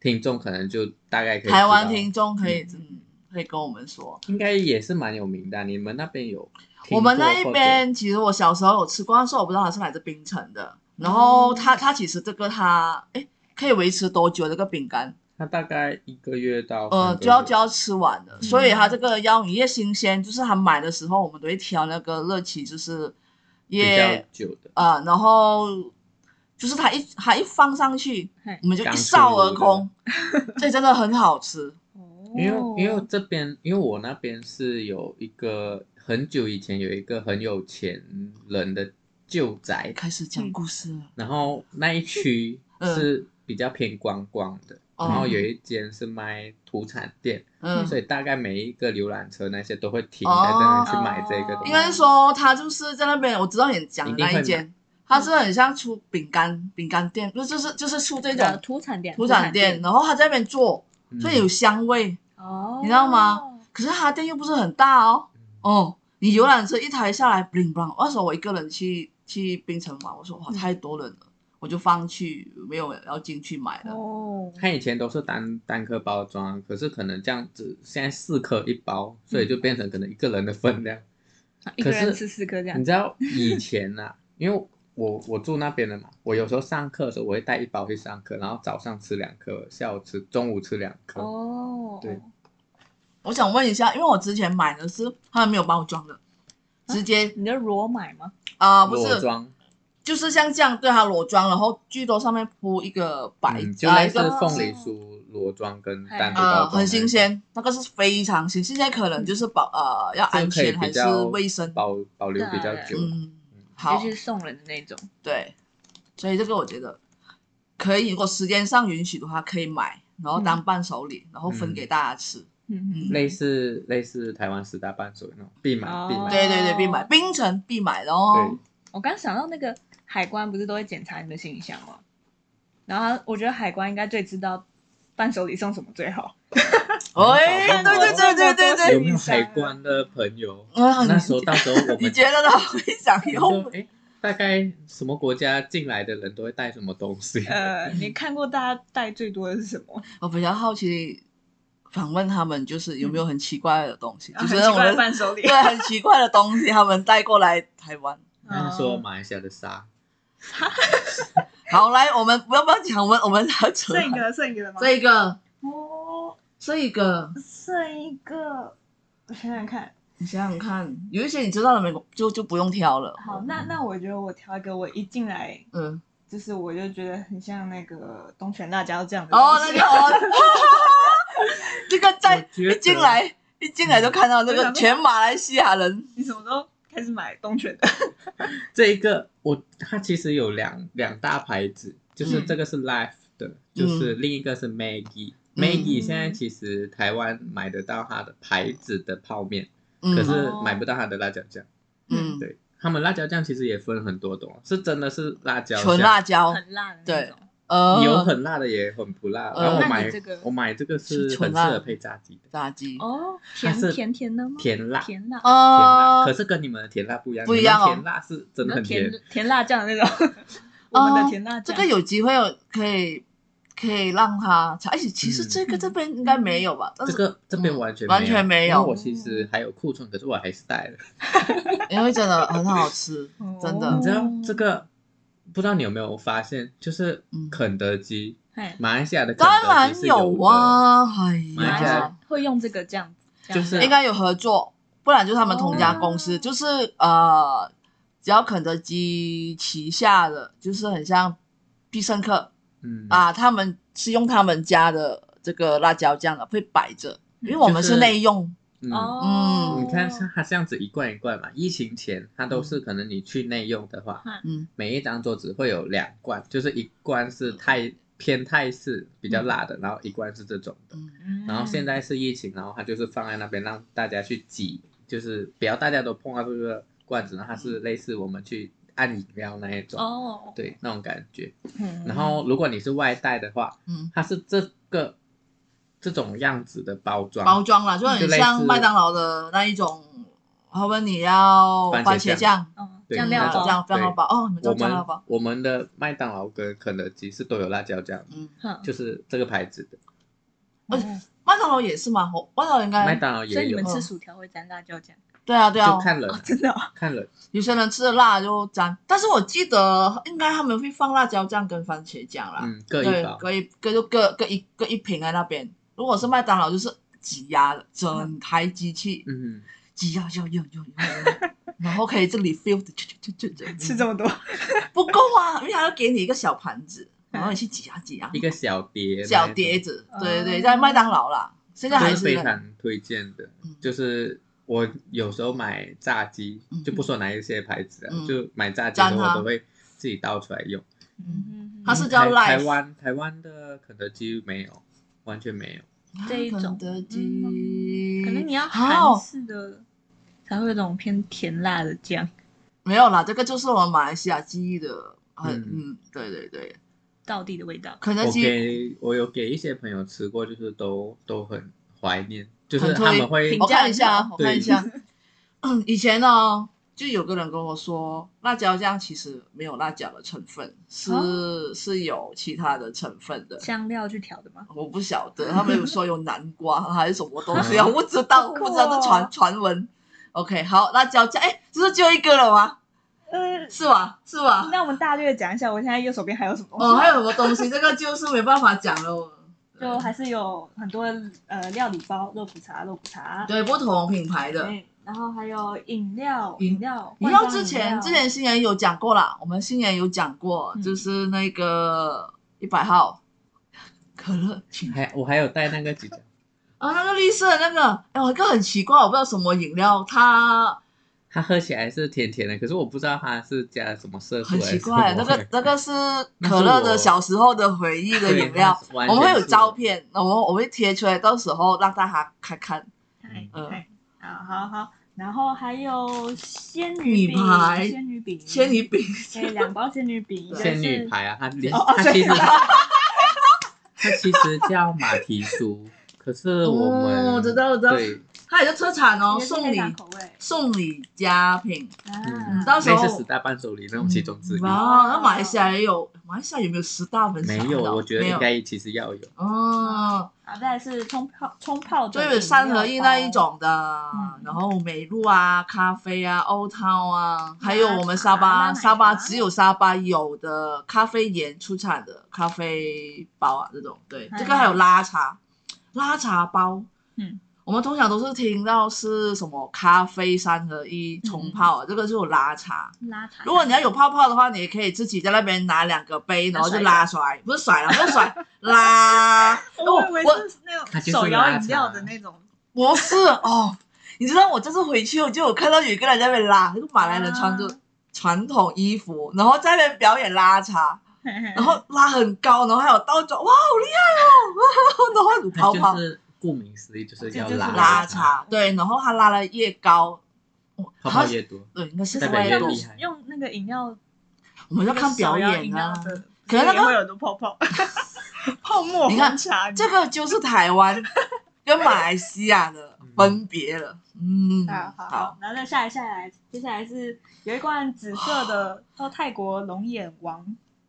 [SPEAKER 2] 听众，可能就大概可以知道。
[SPEAKER 3] 台湾听众可以，嗯，可以跟我们说。
[SPEAKER 2] 应该也是蛮有名的，你们那边有听过？
[SPEAKER 3] 我们那一
[SPEAKER 2] 或者
[SPEAKER 3] 边其实我小时候有吃过，但是我不知道它是来自冰城的。然
[SPEAKER 2] 哦
[SPEAKER 3] 后它它其实这个它哎可以维持多久这个饼干？
[SPEAKER 2] 它大概一个月到
[SPEAKER 3] 呃，
[SPEAKER 2] 三个
[SPEAKER 3] 就要
[SPEAKER 2] 月
[SPEAKER 3] 就要吃完
[SPEAKER 2] 嗯
[SPEAKER 3] 的，所以它这个要你越新鲜，就是它买的时候我们都会挑那个日期，就是
[SPEAKER 2] 比
[SPEAKER 3] 越
[SPEAKER 2] 较久的，
[SPEAKER 3] 啊、然后就是它一它一放上去
[SPEAKER 1] 嘿，
[SPEAKER 3] 我们就一
[SPEAKER 2] 刚出
[SPEAKER 3] 扫而
[SPEAKER 2] 炉的 *laughs*
[SPEAKER 3] 空，这真的很好吃。
[SPEAKER 1] 哦
[SPEAKER 2] 嗯因为因为这边因为我那边是有一个很久以前有一个很有钱人的旧宅，
[SPEAKER 3] 开始讲故事了，
[SPEAKER 2] 然后那一区
[SPEAKER 3] 嗯
[SPEAKER 2] 是比较偏观光的，
[SPEAKER 3] 哦
[SPEAKER 2] 嗯然后有一间是卖土产店，
[SPEAKER 3] 嗯，
[SPEAKER 2] 所以大概每一个浏览车那些都会停在这边去买这个东西。
[SPEAKER 3] 应该是说他就是在那边，我知道你讲的那一
[SPEAKER 2] 一定会
[SPEAKER 3] 间，他是很像出饼干饼干店，就就是就是出这
[SPEAKER 1] 呃
[SPEAKER 3] 种
[SPEAKER 1] 土产店，
[SPEAKER 3] 土产店，然后他在那边做，
[SPEAKER 2] 嗯
[SPEAKER 3] 所以有香味。
[SPEAKER 1] 哦，
[SPEAKER 3] 你知道吗？可是他店又不是很大哦，
[SPEAKER 2] 嗯
[SPEAKER 3] 哦，你游览车一台下来，bling bling。那时候我一个人去去冰城玩，我说哇
[SPEAKER 1] 嗯
[SPEAKER 3] 太多人了，我就放弃没有要进去买了。
[SPEAKER 1] 哦，
[SPEAKER 2] 它以前都是单单颗包装，可是可能这样子，现在四颗一包，所以就变成可能一个人的分量。
[SPEAKER 1] 一个人
[SPEAKER 2] 可是
[SPEAKER 1] 吃四颗这样
[SPEAKER 2] 你，知道以前呐、因为我我住那边的嘛，我有时候上课的时候我会带一包去上课，然后早上吃两颗，下午吃，中午吃两颗。
[SPEAKER 1] 哦，
[SPEAKER 2] 对
[SPEAKER 3] 我想问一下，因为我之前买的是他们没有包装的，
[SPEAKER 1] 啊
[SPEAKER 3] 直接
[SPEAKER 1] 你的裸买吗？
[SPEAKER 3] 啊、不
[SPEAKER 2] 裸
[SPEAKER 3] 是
[SPEAKER 2] 装，
[SPEAKER 3] 就是像这样对它裸妆，然后最多上面铺一个白、
[SPEAKER 2] 嗯，就
[SPEAKER 3] 啊
[SPEAKER 2] 类
[SPEAKER 3] 一
[SPEAKER 2] 似
[SPEAKER 3] 个
[SPEAKER 2] 凤梨酥裸装跟单独包
[SPEAKER 3] 啊、
[SPEAKER 2] 装、
[SPEAKER 3] 很新，鲜，那个是非常新鲜。现在可能就是保呃要
[SPEAKER 2] 这
[SPEAKER 3] 安
[SPEAKER 2] 个可以
[SPEAKER 3] 全还
[SPEAKER 2] 比
[SPEAKER 3] 是
[SPEAKER 2] 较
[SPEAKER 3] 卫生，
[SPEAKER 2] 保保留比较久。
[SPEAKER 3] 嗯，好
[SPEAKER 1] 就，是送人的那种，
[SPEAKER 3] 对，所以这个我觉得可以，如果时间上允许的话，可以买，然后当伴手礼，然后分
[SPEAKER 2] 嗯
[SPEAKER 3] 给大家吃。
[SPEAKER 1] 嗯
[SPEAKER 2] 类似类似台湾十大伴手礼那种必买
[SPEAKER 1] 哦
[SPEAKER 2] 必买，
[SPEAKER 3] 对对对，必买，冰城必买的哦。
[SPEAKER 1] 我刚想到那个海关不是都会检查你的行李箱吗？然后他我觉得海关应该最知道伴手礼送什么最好。
[SPEAKER 3] 哎，对对对对对对，
[SPEAKER 2] 有没有海关的朋友？
[SPEAKER 3] 啊很
[SPEAKER 2] 那时候到时候我
[SPEAKER 3] 你
[SPEAKER 2] 们
[SPEAKER 3] 觉得呢？会想以后
[SPEAKER 2] *laughs* 说，哎，大概什么国家进来的人都会带什么东西？
[SPEAKER 1] 呃，你看过大家带最多的是什么？
[SPEAKER 3] 我比较好奇，访问他们就是有没有很奇怪的东西，就是
[SPEAKER 1] *laughs* 很奇
[SPEAKER 3] 那种
[SPEAKER 1] 怪的
[SPEAKER 3] 人
[SPEAKER 1] 伴手礼
[SPEAKER 3] 对。很奇怪的东西，他们带过来台湾。
[SPEAKER 2] *laughs* 那
[SPEAKER 3] 哦
[SPEAKER 2] 说马来西亚的沙，
[SPEAKER 3] 好，来，我们不要不要讲，我们我们还扯
[SPEAKER 1] 剩一个，剩一个了吗？
[SPEAKER 3] 这个
[SPEAKER 1] 哦，
[SPEAKER 3] 这个，
[SPEAKER 1] 剩一个，我想想看。
[SPEAKER 3] 你想想看，有一些你知道的美国就就不用挑了。
[SPEAKER 1] 好，那那我觉得我挑一个，我一进来
[SPEAKER 3] 嗯，
[SPEAKER 1] 就是我就觉得很像那个东泉辣椒酱的
[SPEAKER 3] 哦，
[SPEAKER 1] 东
[SPEAKER 3] 那
[SPEAKER 1] 西
[SPEAKER 3] 个哦， *laughs* 这个在
[SPEAKER 2] 我觉得
[SPEAKER 3] 一进来一进来就看到那
[SPEAKER 1] 我
[SPEAKER 3] 个
[SPEAKER 1] 想说
[SPEAKER 3] 全马来西亚人，
[SPEAKER 1] *laughs* 你什么时候开始买东泉的？
[SPEAKER 2] 这一个我它其实有两两大牌子，就是
[SPEAKER 3] 嗯
[SPEAKER 2] 这个是 Life 的，就是另一个是 Maggie。
[SPEAKER 3] 嗯
[SPEAKER 2] Maggie 现在其实台湾买得到它的牌子的泡面，
[SPEAKER 3] 嗯
[SPEAKER 2] 可是买不到它的辣椒酱。
[SPEAKER 3] 嗯，
[SPEAKER 2] 对他们辣椒酱其实也分很多种，是真的是辣椒酱
[SPEAKER 3] 纯辣椒，
[SPEAKER 1] *laughs* 很辣的
[SPEAKER 3] 对
[SPEAKER 1] 那种。
[SPEAKER 3] 呃，
[SPEAKER 2] 嗯有很辣的也很不辣。
[SPEAKER 3] 呃
[SPEAKER 2] 然后我
[SPEAKER 1] 那
[SPEAKER 2] 买
[SPEAKER 1] 你这个
[SPEAKER 2] 我买这个是
[SPEAKER 3] 是
[SPEAKER 2] 很
[SPEAKER 3] 纯
[SPEAKER 2] 适
[SPEAKER 3] 辣
[SPEAKER 2] 合配炸鸡的，
[SPEAKER 3] 炸鸡，
[SPEAKER 1] 哦，甜
[SPEAKER 2] 它是
[SPEAKER 1] 甜甜的吗？
[SPEAKER 2] 甜辣。甜
[SPEAKER 1] 甜辣，
[SPEAKER 2] 辣，
[SPEAKER 3] 呃
[SPEAKER 2] 可，是跟你们的甜辣不一样，
[SPEAKER 3] 不一样哦
[SPEAKER 2] 你们甜辣是真的很
[SPEAKER 1] 甜
[SPEAKER 2] 甜。
[SPEAKER 1] 甜辣酱的那种。我们
[SPEAKER 3] 哦
[SPEAKER 1] 的甜辣
[SPEAKER 3] 这
[SPEAKER 1] 酱，
[SPEAKER 3] 个有机会有可以可以让他尝，而且其实
[SPEAKER 2] 嗯
[SPEAKER 3] 这个这边应该没有吧？但
[SPEAKER 2] 这
[SPEAKER 3] 是
[SPEAKER 2] 个这边
[SPEAKER 3] 嗯
[SPEAKER 2] 完全
[SPEAKER 3] 完全没有
[SPEAKER 2] 因为我其实还有库存，可是我还是带了。
[SPEAKER 3] 因为真的很好吃，真的
[SPEAKER 1] *laughs* 哦
[SPEAKER 2] 你知道这个，不知道你有没有发现，就是
[SPEAKER 3] 嗯
[SPEAKER 2] 肯德基，
[SPEAKER 1] 嘿
[SPEAKER 2] 马来西亚的肯
[SPEAKER 3] 当
[SPEAKER 2] 德
[SPEAKER 3] 然
[SPEAKER 2] 基是
[SPEAKER 3] 有
[SPEAKER 2] 的，
[SPEAKER 3] 啊，哎
[SPEAKER 2] 马
[SPEAKER 1] 马
[SPEAKER 2] 来
[SPEAKER 1] 来
[SPEAKER 2] 西
[SPEAKER 1] 西
[SPEAKER 2] 亚
[SPEAKER 3] 呀
[SPEAKER 1] 亚，会用这个酱，这
[SPEAKER 2] 就
[SPEAKER 1] 样
[SPEAKER 2] 是
[SPEAKER 1] 子
[SPEAKER 3] 应该有合作，不然就是他们同家公司，
[SPEAKER 1] 哦
[SPEAKER 3] 就是呃，只要肯德基旗下的，就是很像必胜客
[SPEAKER 2] 嗯，
[SPEAKER 3] 啊，他们是用他们家的这个辣椒酱啊的，会摆着，
[SPEAKER 1] 嗯
[SPEAKER 3] 因为我们
[SPEAKER 2] 就是
[SPEAKER 3] 是内用，
[SPEAKER 2] 嗯
[SPEAKER 3] 啊
[SPEAKER 1] 哦，
[SPEAKER 2] 你看像它这样子一罐一罐嘛，疫情前它都是可能你去内用的话，
[SPEAKER 3] 嗯
[SPEAKER 2] 每一张桌子会有两罐，就是一罐是泰偏泰式比较辣的，然后一罐是这种的。
[SPEAKER 3] 嗯
[SPEAKER 1] 嗯
[SPEAKER 2] 然后现在是疫情，然后它就是放在那边让大家去挤，就是不要大家都碰到这个罐子，然后它是类似我们去按饮料那一种，
[SPEAKER 1] 哦，
[SPEAKER 2] 对那种感觉。
[SPEAKER 1] 嗯
[SPEAKER 2] 然后如果你是外带的话，
[SPEAKER 3] 嗯，
[SPEAKER 2] 它是这个这种样子的包装，
[SPEAKER 3] 包装啦，就很
[SPEAKER 2] 就类似
[SPEAKER 3] 像麦当劳的那一种，后面你要
[SPEAKER 2] 番茄
[SPEAKER 3] 番茄
[SPEAKER 2] 酱
[SPEAKER 3] 酱。
[SPEAKER 1] 嗯，
[SPEAKER 2] 对
[SPEAKER 1] 酱
[SPEAKER 3] 那
[SPEAKER 1] 料
[SPEAKER 3] 种
[SPEAKER 1] 包
[SPEAKER 3] 酱酱料包哦，你们
[SPEAKER 2] 我
[SPEAKER 3] 叫酱料
[SPEAKER 2] 们
[SPEAKER 3] 包，
[SPEAKER 2] 我们的麦当劳跟肯德基是都有辣椒酱，
[SPEAKER 3] 嗯，
[SPEAKER 1] 嗯
[SPEAKER 2] 就是这个牌子的。
[SPEAKER 3] 而且
[SPEAKER 1] 哦
[SPEAKER 3] 麦当劳也是吗？我麦当劳应
[SPEAKER 2] 麦
[SPEAKER 3] 该
[SPEAKER 2] 当劳
[SPEAKER 1] 嗯所以
[SPEAKER 2] 也
[SPEAKER 1] 你
[SPEAKER 2] 有
[SPEAKER 1] 们，
[SPEAKER 3] 哦
[SPEAKER 1] 吃薯条会沾辣椒酱？
[SPEAKER 3] 对啊对啊
[SPEAKER 2] 就，看人
[SPEAKER 1] 哦， *laughs* 真的哦，
[SPEAKER 2] 看人。
[SPEAKER 3] 有些人吃的辣就沾，但是我记得应该他们会放辣椒酱跟番茄酱啦，
[SPEAKER 1] 啊
[SPEAKER 2] 嗯，各一
[SPEAKER 3] 对
[SPEAKER 2] 包，。
[SPEAKER 3] 各一各就各各一各一瓶在那边。如果是麦当劳就是挤压的，整台机器
[SPEAKER 2] 嗯，
[SPEAKER 3] 挤压压压压压，压然后可以这里 feel 的就就就就
[SPEAKER 1] 吃这么多，
[SPEAKER 3] 不够啊，因为他要给你一个小盘子，然后你去挤压挤压
[SPEAKER 2] 一，个小碟，
[SPEAKER 3] 小碟，子，
[SPEAKER 1] 哦
[SPEAKER 3] 对对，在麦当劳啦，现在
[SPEAKER 2] 这
[SPEAKER 3] 还是
[SPEAKER 2] 是非
[SPEAKER 3] 那个
[SPEAKER 2] 常推荐的。
[SPEAKER 3] 嗯
[SPEAKER 2] 就是我有时候买炸鸡
[SPEAKER 3] 嗯，
[SPEAKER 2] 就不说哪一些牌子啊
[SPEAKER 3] 嗯，
[SPEAKER 2] 就买炸鸡
[SPEAKER 3] 蘸
[SPEAKER 2] 的
[SPEAKER 3] 它
[SPEAKER 2] 我都会自己倒出来用。
[SPEAKER 3] 嗯，
[SPEAKER 1] *laughs* 嗯
[SPEAKER 3] 它是叫
[SPEAKER 2] 台
[SPEAKER 3] Life
[SPEAKER 2] 台湾台湾的肯德基没有，完全没有。
[SPEAKER 1] 这一种嗯
[SPEAKER 3] 肯德基，
[SPEAKER 1] 可能你要
[SPEAKER 3] 好
[SPEAKER 1] 韩式的才会有种偏甜辣的酱，
[SPEAKER 3] 没有啦，这个就是我们马来西亚记忆的，很嗯
[SPEAKER 2] 嗯
[SPEAKER 3] 对对对，
[SPEAKER 1] 道地的味道。
[SPEAKER 3] 肯德
[SPEAKER 2] 我
[SPEAKER 3] 基
[SPEAKER 2] 给我有给一些朋友吃过，就是都都很怀念，就是
[SPEAKER 3] 很
[SPEAKER 2] 他
[SPEAKER 3] 推
[SPEAKER 2] 们会 *laughs*
[SPEAKER 1] 评
[SPEAKER 3] 我
[SPEAKER 1] 价
[SPEAKER 3] 看一下啊
[SPEAKER 1] 很，好
[SPEAKER 3] 我看一下， *laughs* 以前呢就有个人跟我说，辣椒酱其实没有辣椒的成分，是、
[SPEAKER 1] 啊
[SPEAKER 3] 是有其他的成分的。
[SPEAKER 1] 香料去调的吗？
[SPEAKER 3] 我不晓得，他们有说有南瓜还是什么东西啊，
[SPEAKER 2] 啊
[SPEAKER 3] 我不知道，
[SPEAKER 1] 好酷哦
[SPEAKER 3] 不知道是传传闻。OK，好，辣椒酱，哎，这是就一个了吗？
[SPEAKER 1] 呃，
[SPEAKER 3] 是吧？是吧？
[SPEAKER 1] 那我们大略讲一下，我现在右手边还有什么东西？
[SPEAKER 3] 哦，还有什么东西？这个就是没办法讲了。
[SPEAKER 1] 就还是有很多呃料理包、肉骨茶、肉骨茶，
[SPEAKER 3] 对不同品牌的。
[SPEAKER 1] 嗯，然后还有饮料、
[SPEAKER 3] 饮
[SPEAKER 1] 饮料、
[SPEAKER 3] 你知
[SPEAKER 1] 罐
[SPEAKER 3] 道
[SPEAKER 1] 装
[SPEAKER 3] 之
[SPEAKER 1] 饮
[SPEAKER 3] 前
[SPEAKER 1] 料
[SPEAKER 3] 之前新人有讲过啦，我们新人有讲过，
[SPEAKER 1] 嗯
[SPEAKER 3] 就是那个一百号可乐
[SPEAKER 1] 啊
[SPEAKER 3] 请
[SPEAKER 2] 还我还有带那个几条，
[SPEAKER 3] 啊，那个绿色的那个，哎，我一个很奇怪，我不知道什么饮料，它
[SPEAKER 2] 它喝起来是甜甜的，可是我不知道它是加了什么色素还
[SPEAKER 3] 很
[SPEAKER 2] 是什
[SPEAKER 3] 奇
[SPEAKER 2] 么，
[SPEAKER 3] 怪，那个那个是
[SPEAKER 2] 那
[SPEAKER 3] 可
[SPEAKER 2] 是
[SPEAKER 3] 乐的
[SPEAKER 2] 我
[SPEAKER 3] 小时候的回忆的
[SPEAKER 2] 对
[SPEAKER 3] 饮料，，
[SPEAKER 2] 我
[SPEAKER 3] 我们会有照，片，我们我会贴出来，到时候让大家看看。
[SPEAKER 1] 嗨
[SPEAKER 3] 嗯
[SPEAKER 1] 嗨，好啊好好，然后还有仙
[SPEAKER 3] 米
[SPEAKER 1] 女饼
[SPEAKER 3] 牌，
[SPEAKER 1] 仙女饼，
[SPEAKER 3] 仙女 *laughs* 饼，
[SPEAKER 1] 对，两包仙女饼，一个
[SPEAKER 2] 仙
[SPEAKER 1] 是
[SPEAKER 2] 女牌啊，它里
[SPEAKER 1] 哦哦
[SPEAKER 2] 它
[SPEAKER 3] *laughs*
[SPEAKER 2] 其实
[SPEAKER 1] 对
[SPEAKER 2] 它其实叫马蹄酥，可是我们、
[SPEAKER 3] 哦我知道我知道
[SPEAKER 2] 对，
[SPEAKER 3] 它也是特产
[SPEAKER 1] 一
[SPEAKER 3] 哦，
[SPEAKER 1] 个是
[SPEAKER 3] 送
[SPEAKER 1] 黑
[SPEAKER 3] 礼
[SPEAKER 1] 糖口味，
[SPEAKER 3] 送礼佳品。
[SPEAKER 1] 啊，
[SPEAKER 3] 嗯到
[SPEAKER 2] 嗯
[SPEAKER 3] 时
[SPEAKER 2] 类
[SPEAKER 3] 候嗯
[SPEAKER 2] 似十大伴手礼那种其中之一，
[SPEAKER 3] 哇，那马来西亚也有，马来西亚有没有十大分
[SPEAKER 2] 没
[SPEAKER 3] 享的？哦
[SPEAKER 2] 有，我觉得
[SPEAKER 3] 没有
[SPEAKER 2] 应该其实要有。
[SPEAKER 3] 哦，
[SPEAKER 1] 啊，再来是冲泡冲泡
[SPEAKER 3] 就
[SPEAKER 1] 的饮料包，
[SPEAKER 3] 有三合一那一种的，
[SPEAKER 1] 嗯
[SPEAKER 3] 然后美露啊、咖啡啊、欧涛啊，还有我们沙
[SPEAKER 1] 啊
[SPEAKER 3] 巴，
[SPEAKER 1] 拉奶
[SPEAKER 3] 沙巴
[SPEAKER 1] 茶
[SPEAKER 3] 只有沙巴有的咖啡盐出产的咖啡包啊，这种对，
[SPEAKER 1] 嗯
[SPEAKER 3] 这个还有拉茶，拉茶包，
[SPEAKER 1] 嗯，
[SPEAKER 3] 我们通常都是听到是什么咖啡三合一
[SPEAKER 1] 嗯
[SPEAKER 3] 冲泡啊，这个就有拉茶。
[SPEAKER 1] 拉茶。
[SPEAKER 3] 如果你要有泡泡的话，你也可以自己在那边拿两个杯，然后就拉甩，不是甩了，不是
[SPEAKER 1] *laughs*
[SPEAKER 3] 甩，拉。哦
[SPEAKER 1] 我以为
[SPEAKER 3] 我
[SPEAKER 1] 是那种
[SPEAKER 2] 它就是
[SPEAKER 1] 手摇
[SPEAKER 2] 拉
[SPEAKER 1] 饮料
[SPEAKER 2] 茶
[SPEAKER 1] 的那种，
[SPEAKER 3] 不是哦，你知道我这次回去，我就有看到有一个人在那边拉，那个马来人穿着
[SPEAKER 1] 啊
[SPEAKER 3] 传统衣服，然后在那边表演拉茶， *laughs* 然
[SPEAKER 1] 然
[SPEAKER 3] 后拉很高，然后还有倒转，哇，好厉害哦！ *laughs* 然后有
[SPEAKER 2] 它
[SPEAKER 3] 泡
[SPEAKER 1] *laughs*
[SPEAKER 2] 就
[SPEAKER 3] 泡
[SPEAKER 2] 是顾名思义，就是要
[SPEAKER 1] 这就是
[SPEAKER 2] 拉
[SPEAKER 3] 拉，茶，对，然后他拉的越高，哦
[SPEAKER 2] 泡
[SPEAKER 3] 好
[SPEAKER 2] 泡
[SPEAKER 3] 像
[SPEAKER 2] 越多。
[SPEAKER 3] 对，应该是
[SPEAKER 2] 代
[SPEAKER 3] 在
[SPEAKER 2] 表
[SPEAKER 3] 外
[SPEAKER 2] 越
[SPEAKER 3] 国
[SPEAKER 2] 厉害
[SPEAKER 1] 用那个饮料
[SPEAKER 3] 我们要看表
[SPEAKER 1] 手摇饮
[SPEAKER 3] 演
[SPEAKER 1] 料
[SPEAKER 3] 啊。
[SPEAKER 1] 的
[SPEAKER 3] 可能那个
[SPEAKER 1] 也会有很多泡
[SPEAKER 3] *laughs*
[SPEAKER 1] 泡， *laughs* 泡沫
[SPEAKER 3] 你看
[SPEAKER 1] 红茶，
[SPEAKER 3] 这个就是台湾跟马来西亚的分别了。嗯，
[SPEAKER 1] 好好好，，然后再下来下来，接下来是有一罐紫色的，叫泰国龙眼王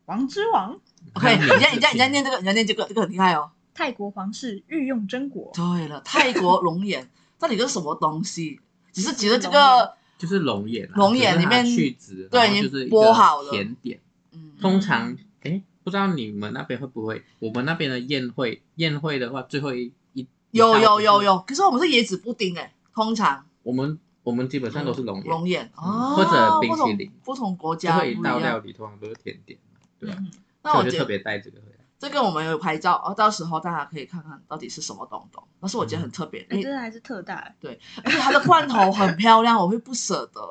[SPEAKER 1] 王之王，
[SPEAKER 3] ，OK，你在你在你在
[SPEAKER 2] 嗯
[SPEAKER 3] 念这个，你在念这个，这个很厉害哦。
[SPEAKER 1] 泰国皇室御用榛果，
[SPEAKER 3] 对了，泰国龙眼到底是什么东西？只是觉得这个，
[SPEAKER 2] 就是龙眼啊，
[SPEAKER 3] 龙眼
[SPEAKER 2] 只是它
[SPEAKER 3] 里面
[SPEAKER 2] 去籽，
[SPEAKER 3] 对
[SPEAKER 2] 然后
[SPEAKER 3] 已经
[SPEAKER 2] 就是一
[SPEAKER 3] 剥
[SPEAKER 2] 个
[SPEAKER 3] 好了
[SPEAKER 2] 甜点。
[SPEAKER 3] 嗯，
[SPEAKER 2] 通常，哎，不知道你们那边会不会？我们那边的宴会，宴会的话，最后一一
[SPEAKER 3] 有
[SPEAKER 2] 一道
[SPEAKER 3] 有
[SPEAKER 2] 就
[SPEAKER 3] 有
[SPEAKER 2] 是
[SPEAKER 3] 有，可是我们是椰子布丁哎，通常
[SPEAKER 2] 我们我们基本上都是龙眼，
[SPEAKER 3] 龙眼哦，
[SPEAKER 2] 嗯或者冰淇淋
[SPEAKER 3] 不同不同国
[SPEAKER 2] 最
[SPEAKER 3] 家
[SPEAKER 2] 后
[SPEAKER 3] 不
[SPEAKER 2] 一
[SPEAKER 3] 一
[SPEAKER 2] 道料
[SPEAKER 3] 样。
[SPEAKER 2] 理通常都是甜点嘛，对啊
[SPEAKER 1] 嗯，
[SPEAKER 3] 那
[SPEAKER 2] 所
[SPEAKER 3] 我
[SPEAKER 2] 以我就
[SPEAKER 3] 觉
[SPEAKER 2] 特
[SPEAKER 3] 得
[SPEAKER 2] 别带这个回来。
[SPEAKER 3] 这个我们有拍照哦，到时候大家可以看看到底是什么东东。但是我觉得很特别，
[SPEAKER 2] 嗯
[SPEAKER 1] 哎，
[SPEAKER 3] 哎
[SPEAKER 1] 这个还是特大，
[SPEAKER 3] 而且它的罐头很漂亮，我会不舍得，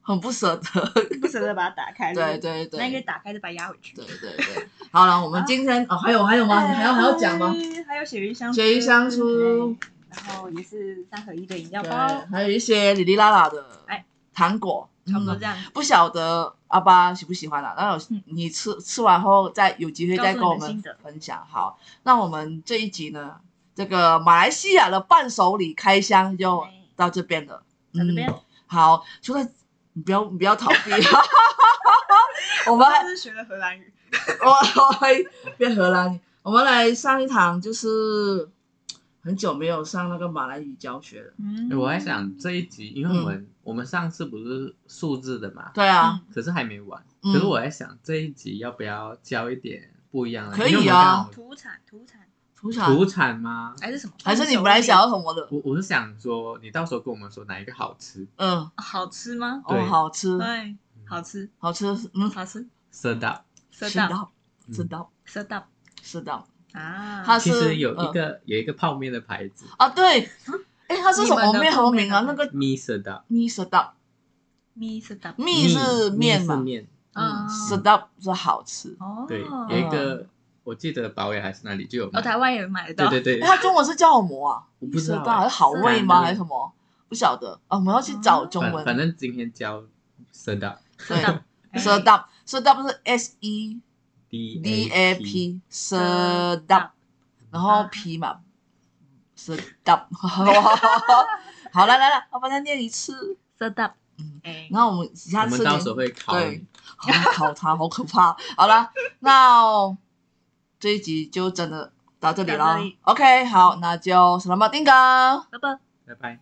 [SPEAKER 3] 很不舍得。
[SPEAKER 1] 不舍得把它打开，
[SPEAKER 3] 对
[SPEAKER 1] 是不是，
[SPEAKER 3] 对对，
[SPEAKER 1] 那你可以打开再把它压回去。
[SPEAKER 3] 对对对，好了，我们今天哦，还有还有吗？你还要还要讲吗？？
[SPEAKER 1] 哎还有鳕鱼香
[SPEAKER 3] 雪鱼香酥，
[SPEAKER 1] 对然后也是三合一的饮料
[SPEAKER 3] 对
[SPEAKER 1] 包，，
[SPEAKER 3] 还有一些哩哩啦啦的
[SPEAKER 1] 哎
[SPEAKER 3] 糖果，
[SPEAKER 1] 差不多
[SPEAKER 3] 嗯
[SPEAKER 1] 这样。
[SPEAKER 3] 不晓得阿爸喜不喜欢啦、那有
[SPEAKER 1] 嗯
[SPEAKER 3] 你吃吃完后再有机会再跟我
[SPEAKER 1] 告诉你
[SPEAKER 3] 们
[SPEAKER 1] 的心得
[SPEAKER 3] 分享。好，那我们这一集呢，这个马来西亚的伴手礼开箱就
[SPEAKER 1] 哎
[SPEAKER 3] 到这边了。
[SPEAKER 1] 在这边
[SPEAKER 3] 嗯，，好，除了你不要你不要逃避， *laughs* 我们还
[SPEAKER 1] 这是学的荷兰语，
[SPEAKER 3] 我我会变荷兰语。我们来上一堂，就是很久没有上那个马来语教学了。
[SPEAKER 1] 嗯
[SPEAKER 2] 诶哎我还想这一集，因为我们我们上次不是数字的嘛，
[SPEAKER 3] 嗯对啊，
[SPEAKER 2] 可是还没完。
[SPEAKER 3] 嗯
[SPEAKER 2] 可是我在想这一集要不要教一点不一样的？
[SPEAKER 3] 可以
[SPEAKER 2] 因
[SPEAKER 3] 啊
[SPEAKER 2] 为我刚好
[SPEAKER 1] 土产土产
[SPEAKER 3] 土产
[SPEAKER 2] 土产吗？
[SPEAKER 1] 还是什么？
[SPEAKER 3] 还是你本来想要什么的？
[SPEAKER 2] 我我是想说，你到时候跟我们说哪一个好吃，
[SPEAKER 3] 嗯，
[SPEAKER 1] 好吃吗？
[SPEAKER 3] 哦
[SPEAKER 2] 对，
[SPEAKER 3] 好吃，
[SPEAKER 2] 嗯
[SPEAKER 1] 对，哎好吃，
[SPEAKER 3] 好吃，嗯，
[SPEAKER 1] 好吃，
[SPEAKER 2] 色道。
[SPEAKER 1] 色
[SPEAKER 3] 知
[SPEAKER 1] 道
[SPEAKER 3] 道，
[SPEAKER 2] 嗯
[SPEAKER 3] 知道，
[SPEAKER 1] 色道
[SPEAKER 3] 知道
[SPEAKER 1] 啊，
[SPEAKER 3] 它
[SPEAKER 2] 其
[SPEAKER 3] 是呃
[SPEAKER 2] 实有一个、有一个泡面的牌子，
[SPEAKER 3] 啊，对，哎，它是什么
[SPEAKER 1] 你们的
[SPEAKER 3] 面和名啊？
[SPEAKER 1] 泡
[SPEAKER 3] 那
[SPEAKER 1] 面
[SPEAKER 3] 个
[SPEAKER 2] 米色的
[SPEAKER 3] 蜜色道，
[SPEAKER 1] 咪色道，
[SPEAKER 3] 蜜是面
[SPEAKER 2] 是
[SPEAKER 3] 嘛，
[SPEAKER 2] 面，
[SPEAKER 3] 嗯，
[SPEAKER 1] 嗯
[SPEAKER 3] 色道是好吃。
[SPEAKER 1] 哦，
[SPEAKER 2] 对，
[SPEAKER 1] 哦
[SPEAKER 2] 有一个我记得保养还是哪里
[SPEAKER 3] 哦
[SPEAKER 2] 就有卖，
[SPEAKER 1] 台湾也买得到，
[SPEAKER 2] 对对
[SPEAKER 3] 诶
[SPEAKER 2] 对，
[SPEAKER 3] 它中文是叫什么啊？
[SPEAKER 2] 我
[SPEAKER 3] 蜜
[SPEAKER 2] 不知
[SPEAKER 3] 色
[SPEAKER 2] 道欸
[SPEAKER 3] 道还是好味吗？还是什么？不晓得啊，我们要去找
[SPEAKER 1] 哦
[SPEAKER 3] 中
[SPEAKER 2] 反
[SPEAKER 3] 文。
[SPEAKER 2] 反正今天教色道
[SPEAKER 1] 色道，哎
[SPEAKER 3] 舌，道，舌道不是 S E
[SPEAKER 2] D
[SPEAKER 3] D A P 舌道，然后 P 嘛，舌道。 *laughs* 好来来来，我把它念一次。
[SPEAKER 1] 色道
[SPEAKER 3] 嗯，
[SPEAKER 1] 哎，
[SPEAKER 3] 然后我们下
[SPEAKER 2] 我
[SPEAKER 3] 次
[SPEAKER 2] 们到时候会考
[SPEAKER 3] 对
[SPEAKER 2] 你，
[SPEAKER 3] 好考他，好可怕。好了，那这一集就真的到这里
[SPEAKER 1] 到
[SPEAKER 3] 了
[SPEAKER 1] 这里。
[SPEAKER 3] OK，好，那就 selamat tinggal。
[SPEAKER 1] 拜拜。
[SPEAKER 2] 拜拜。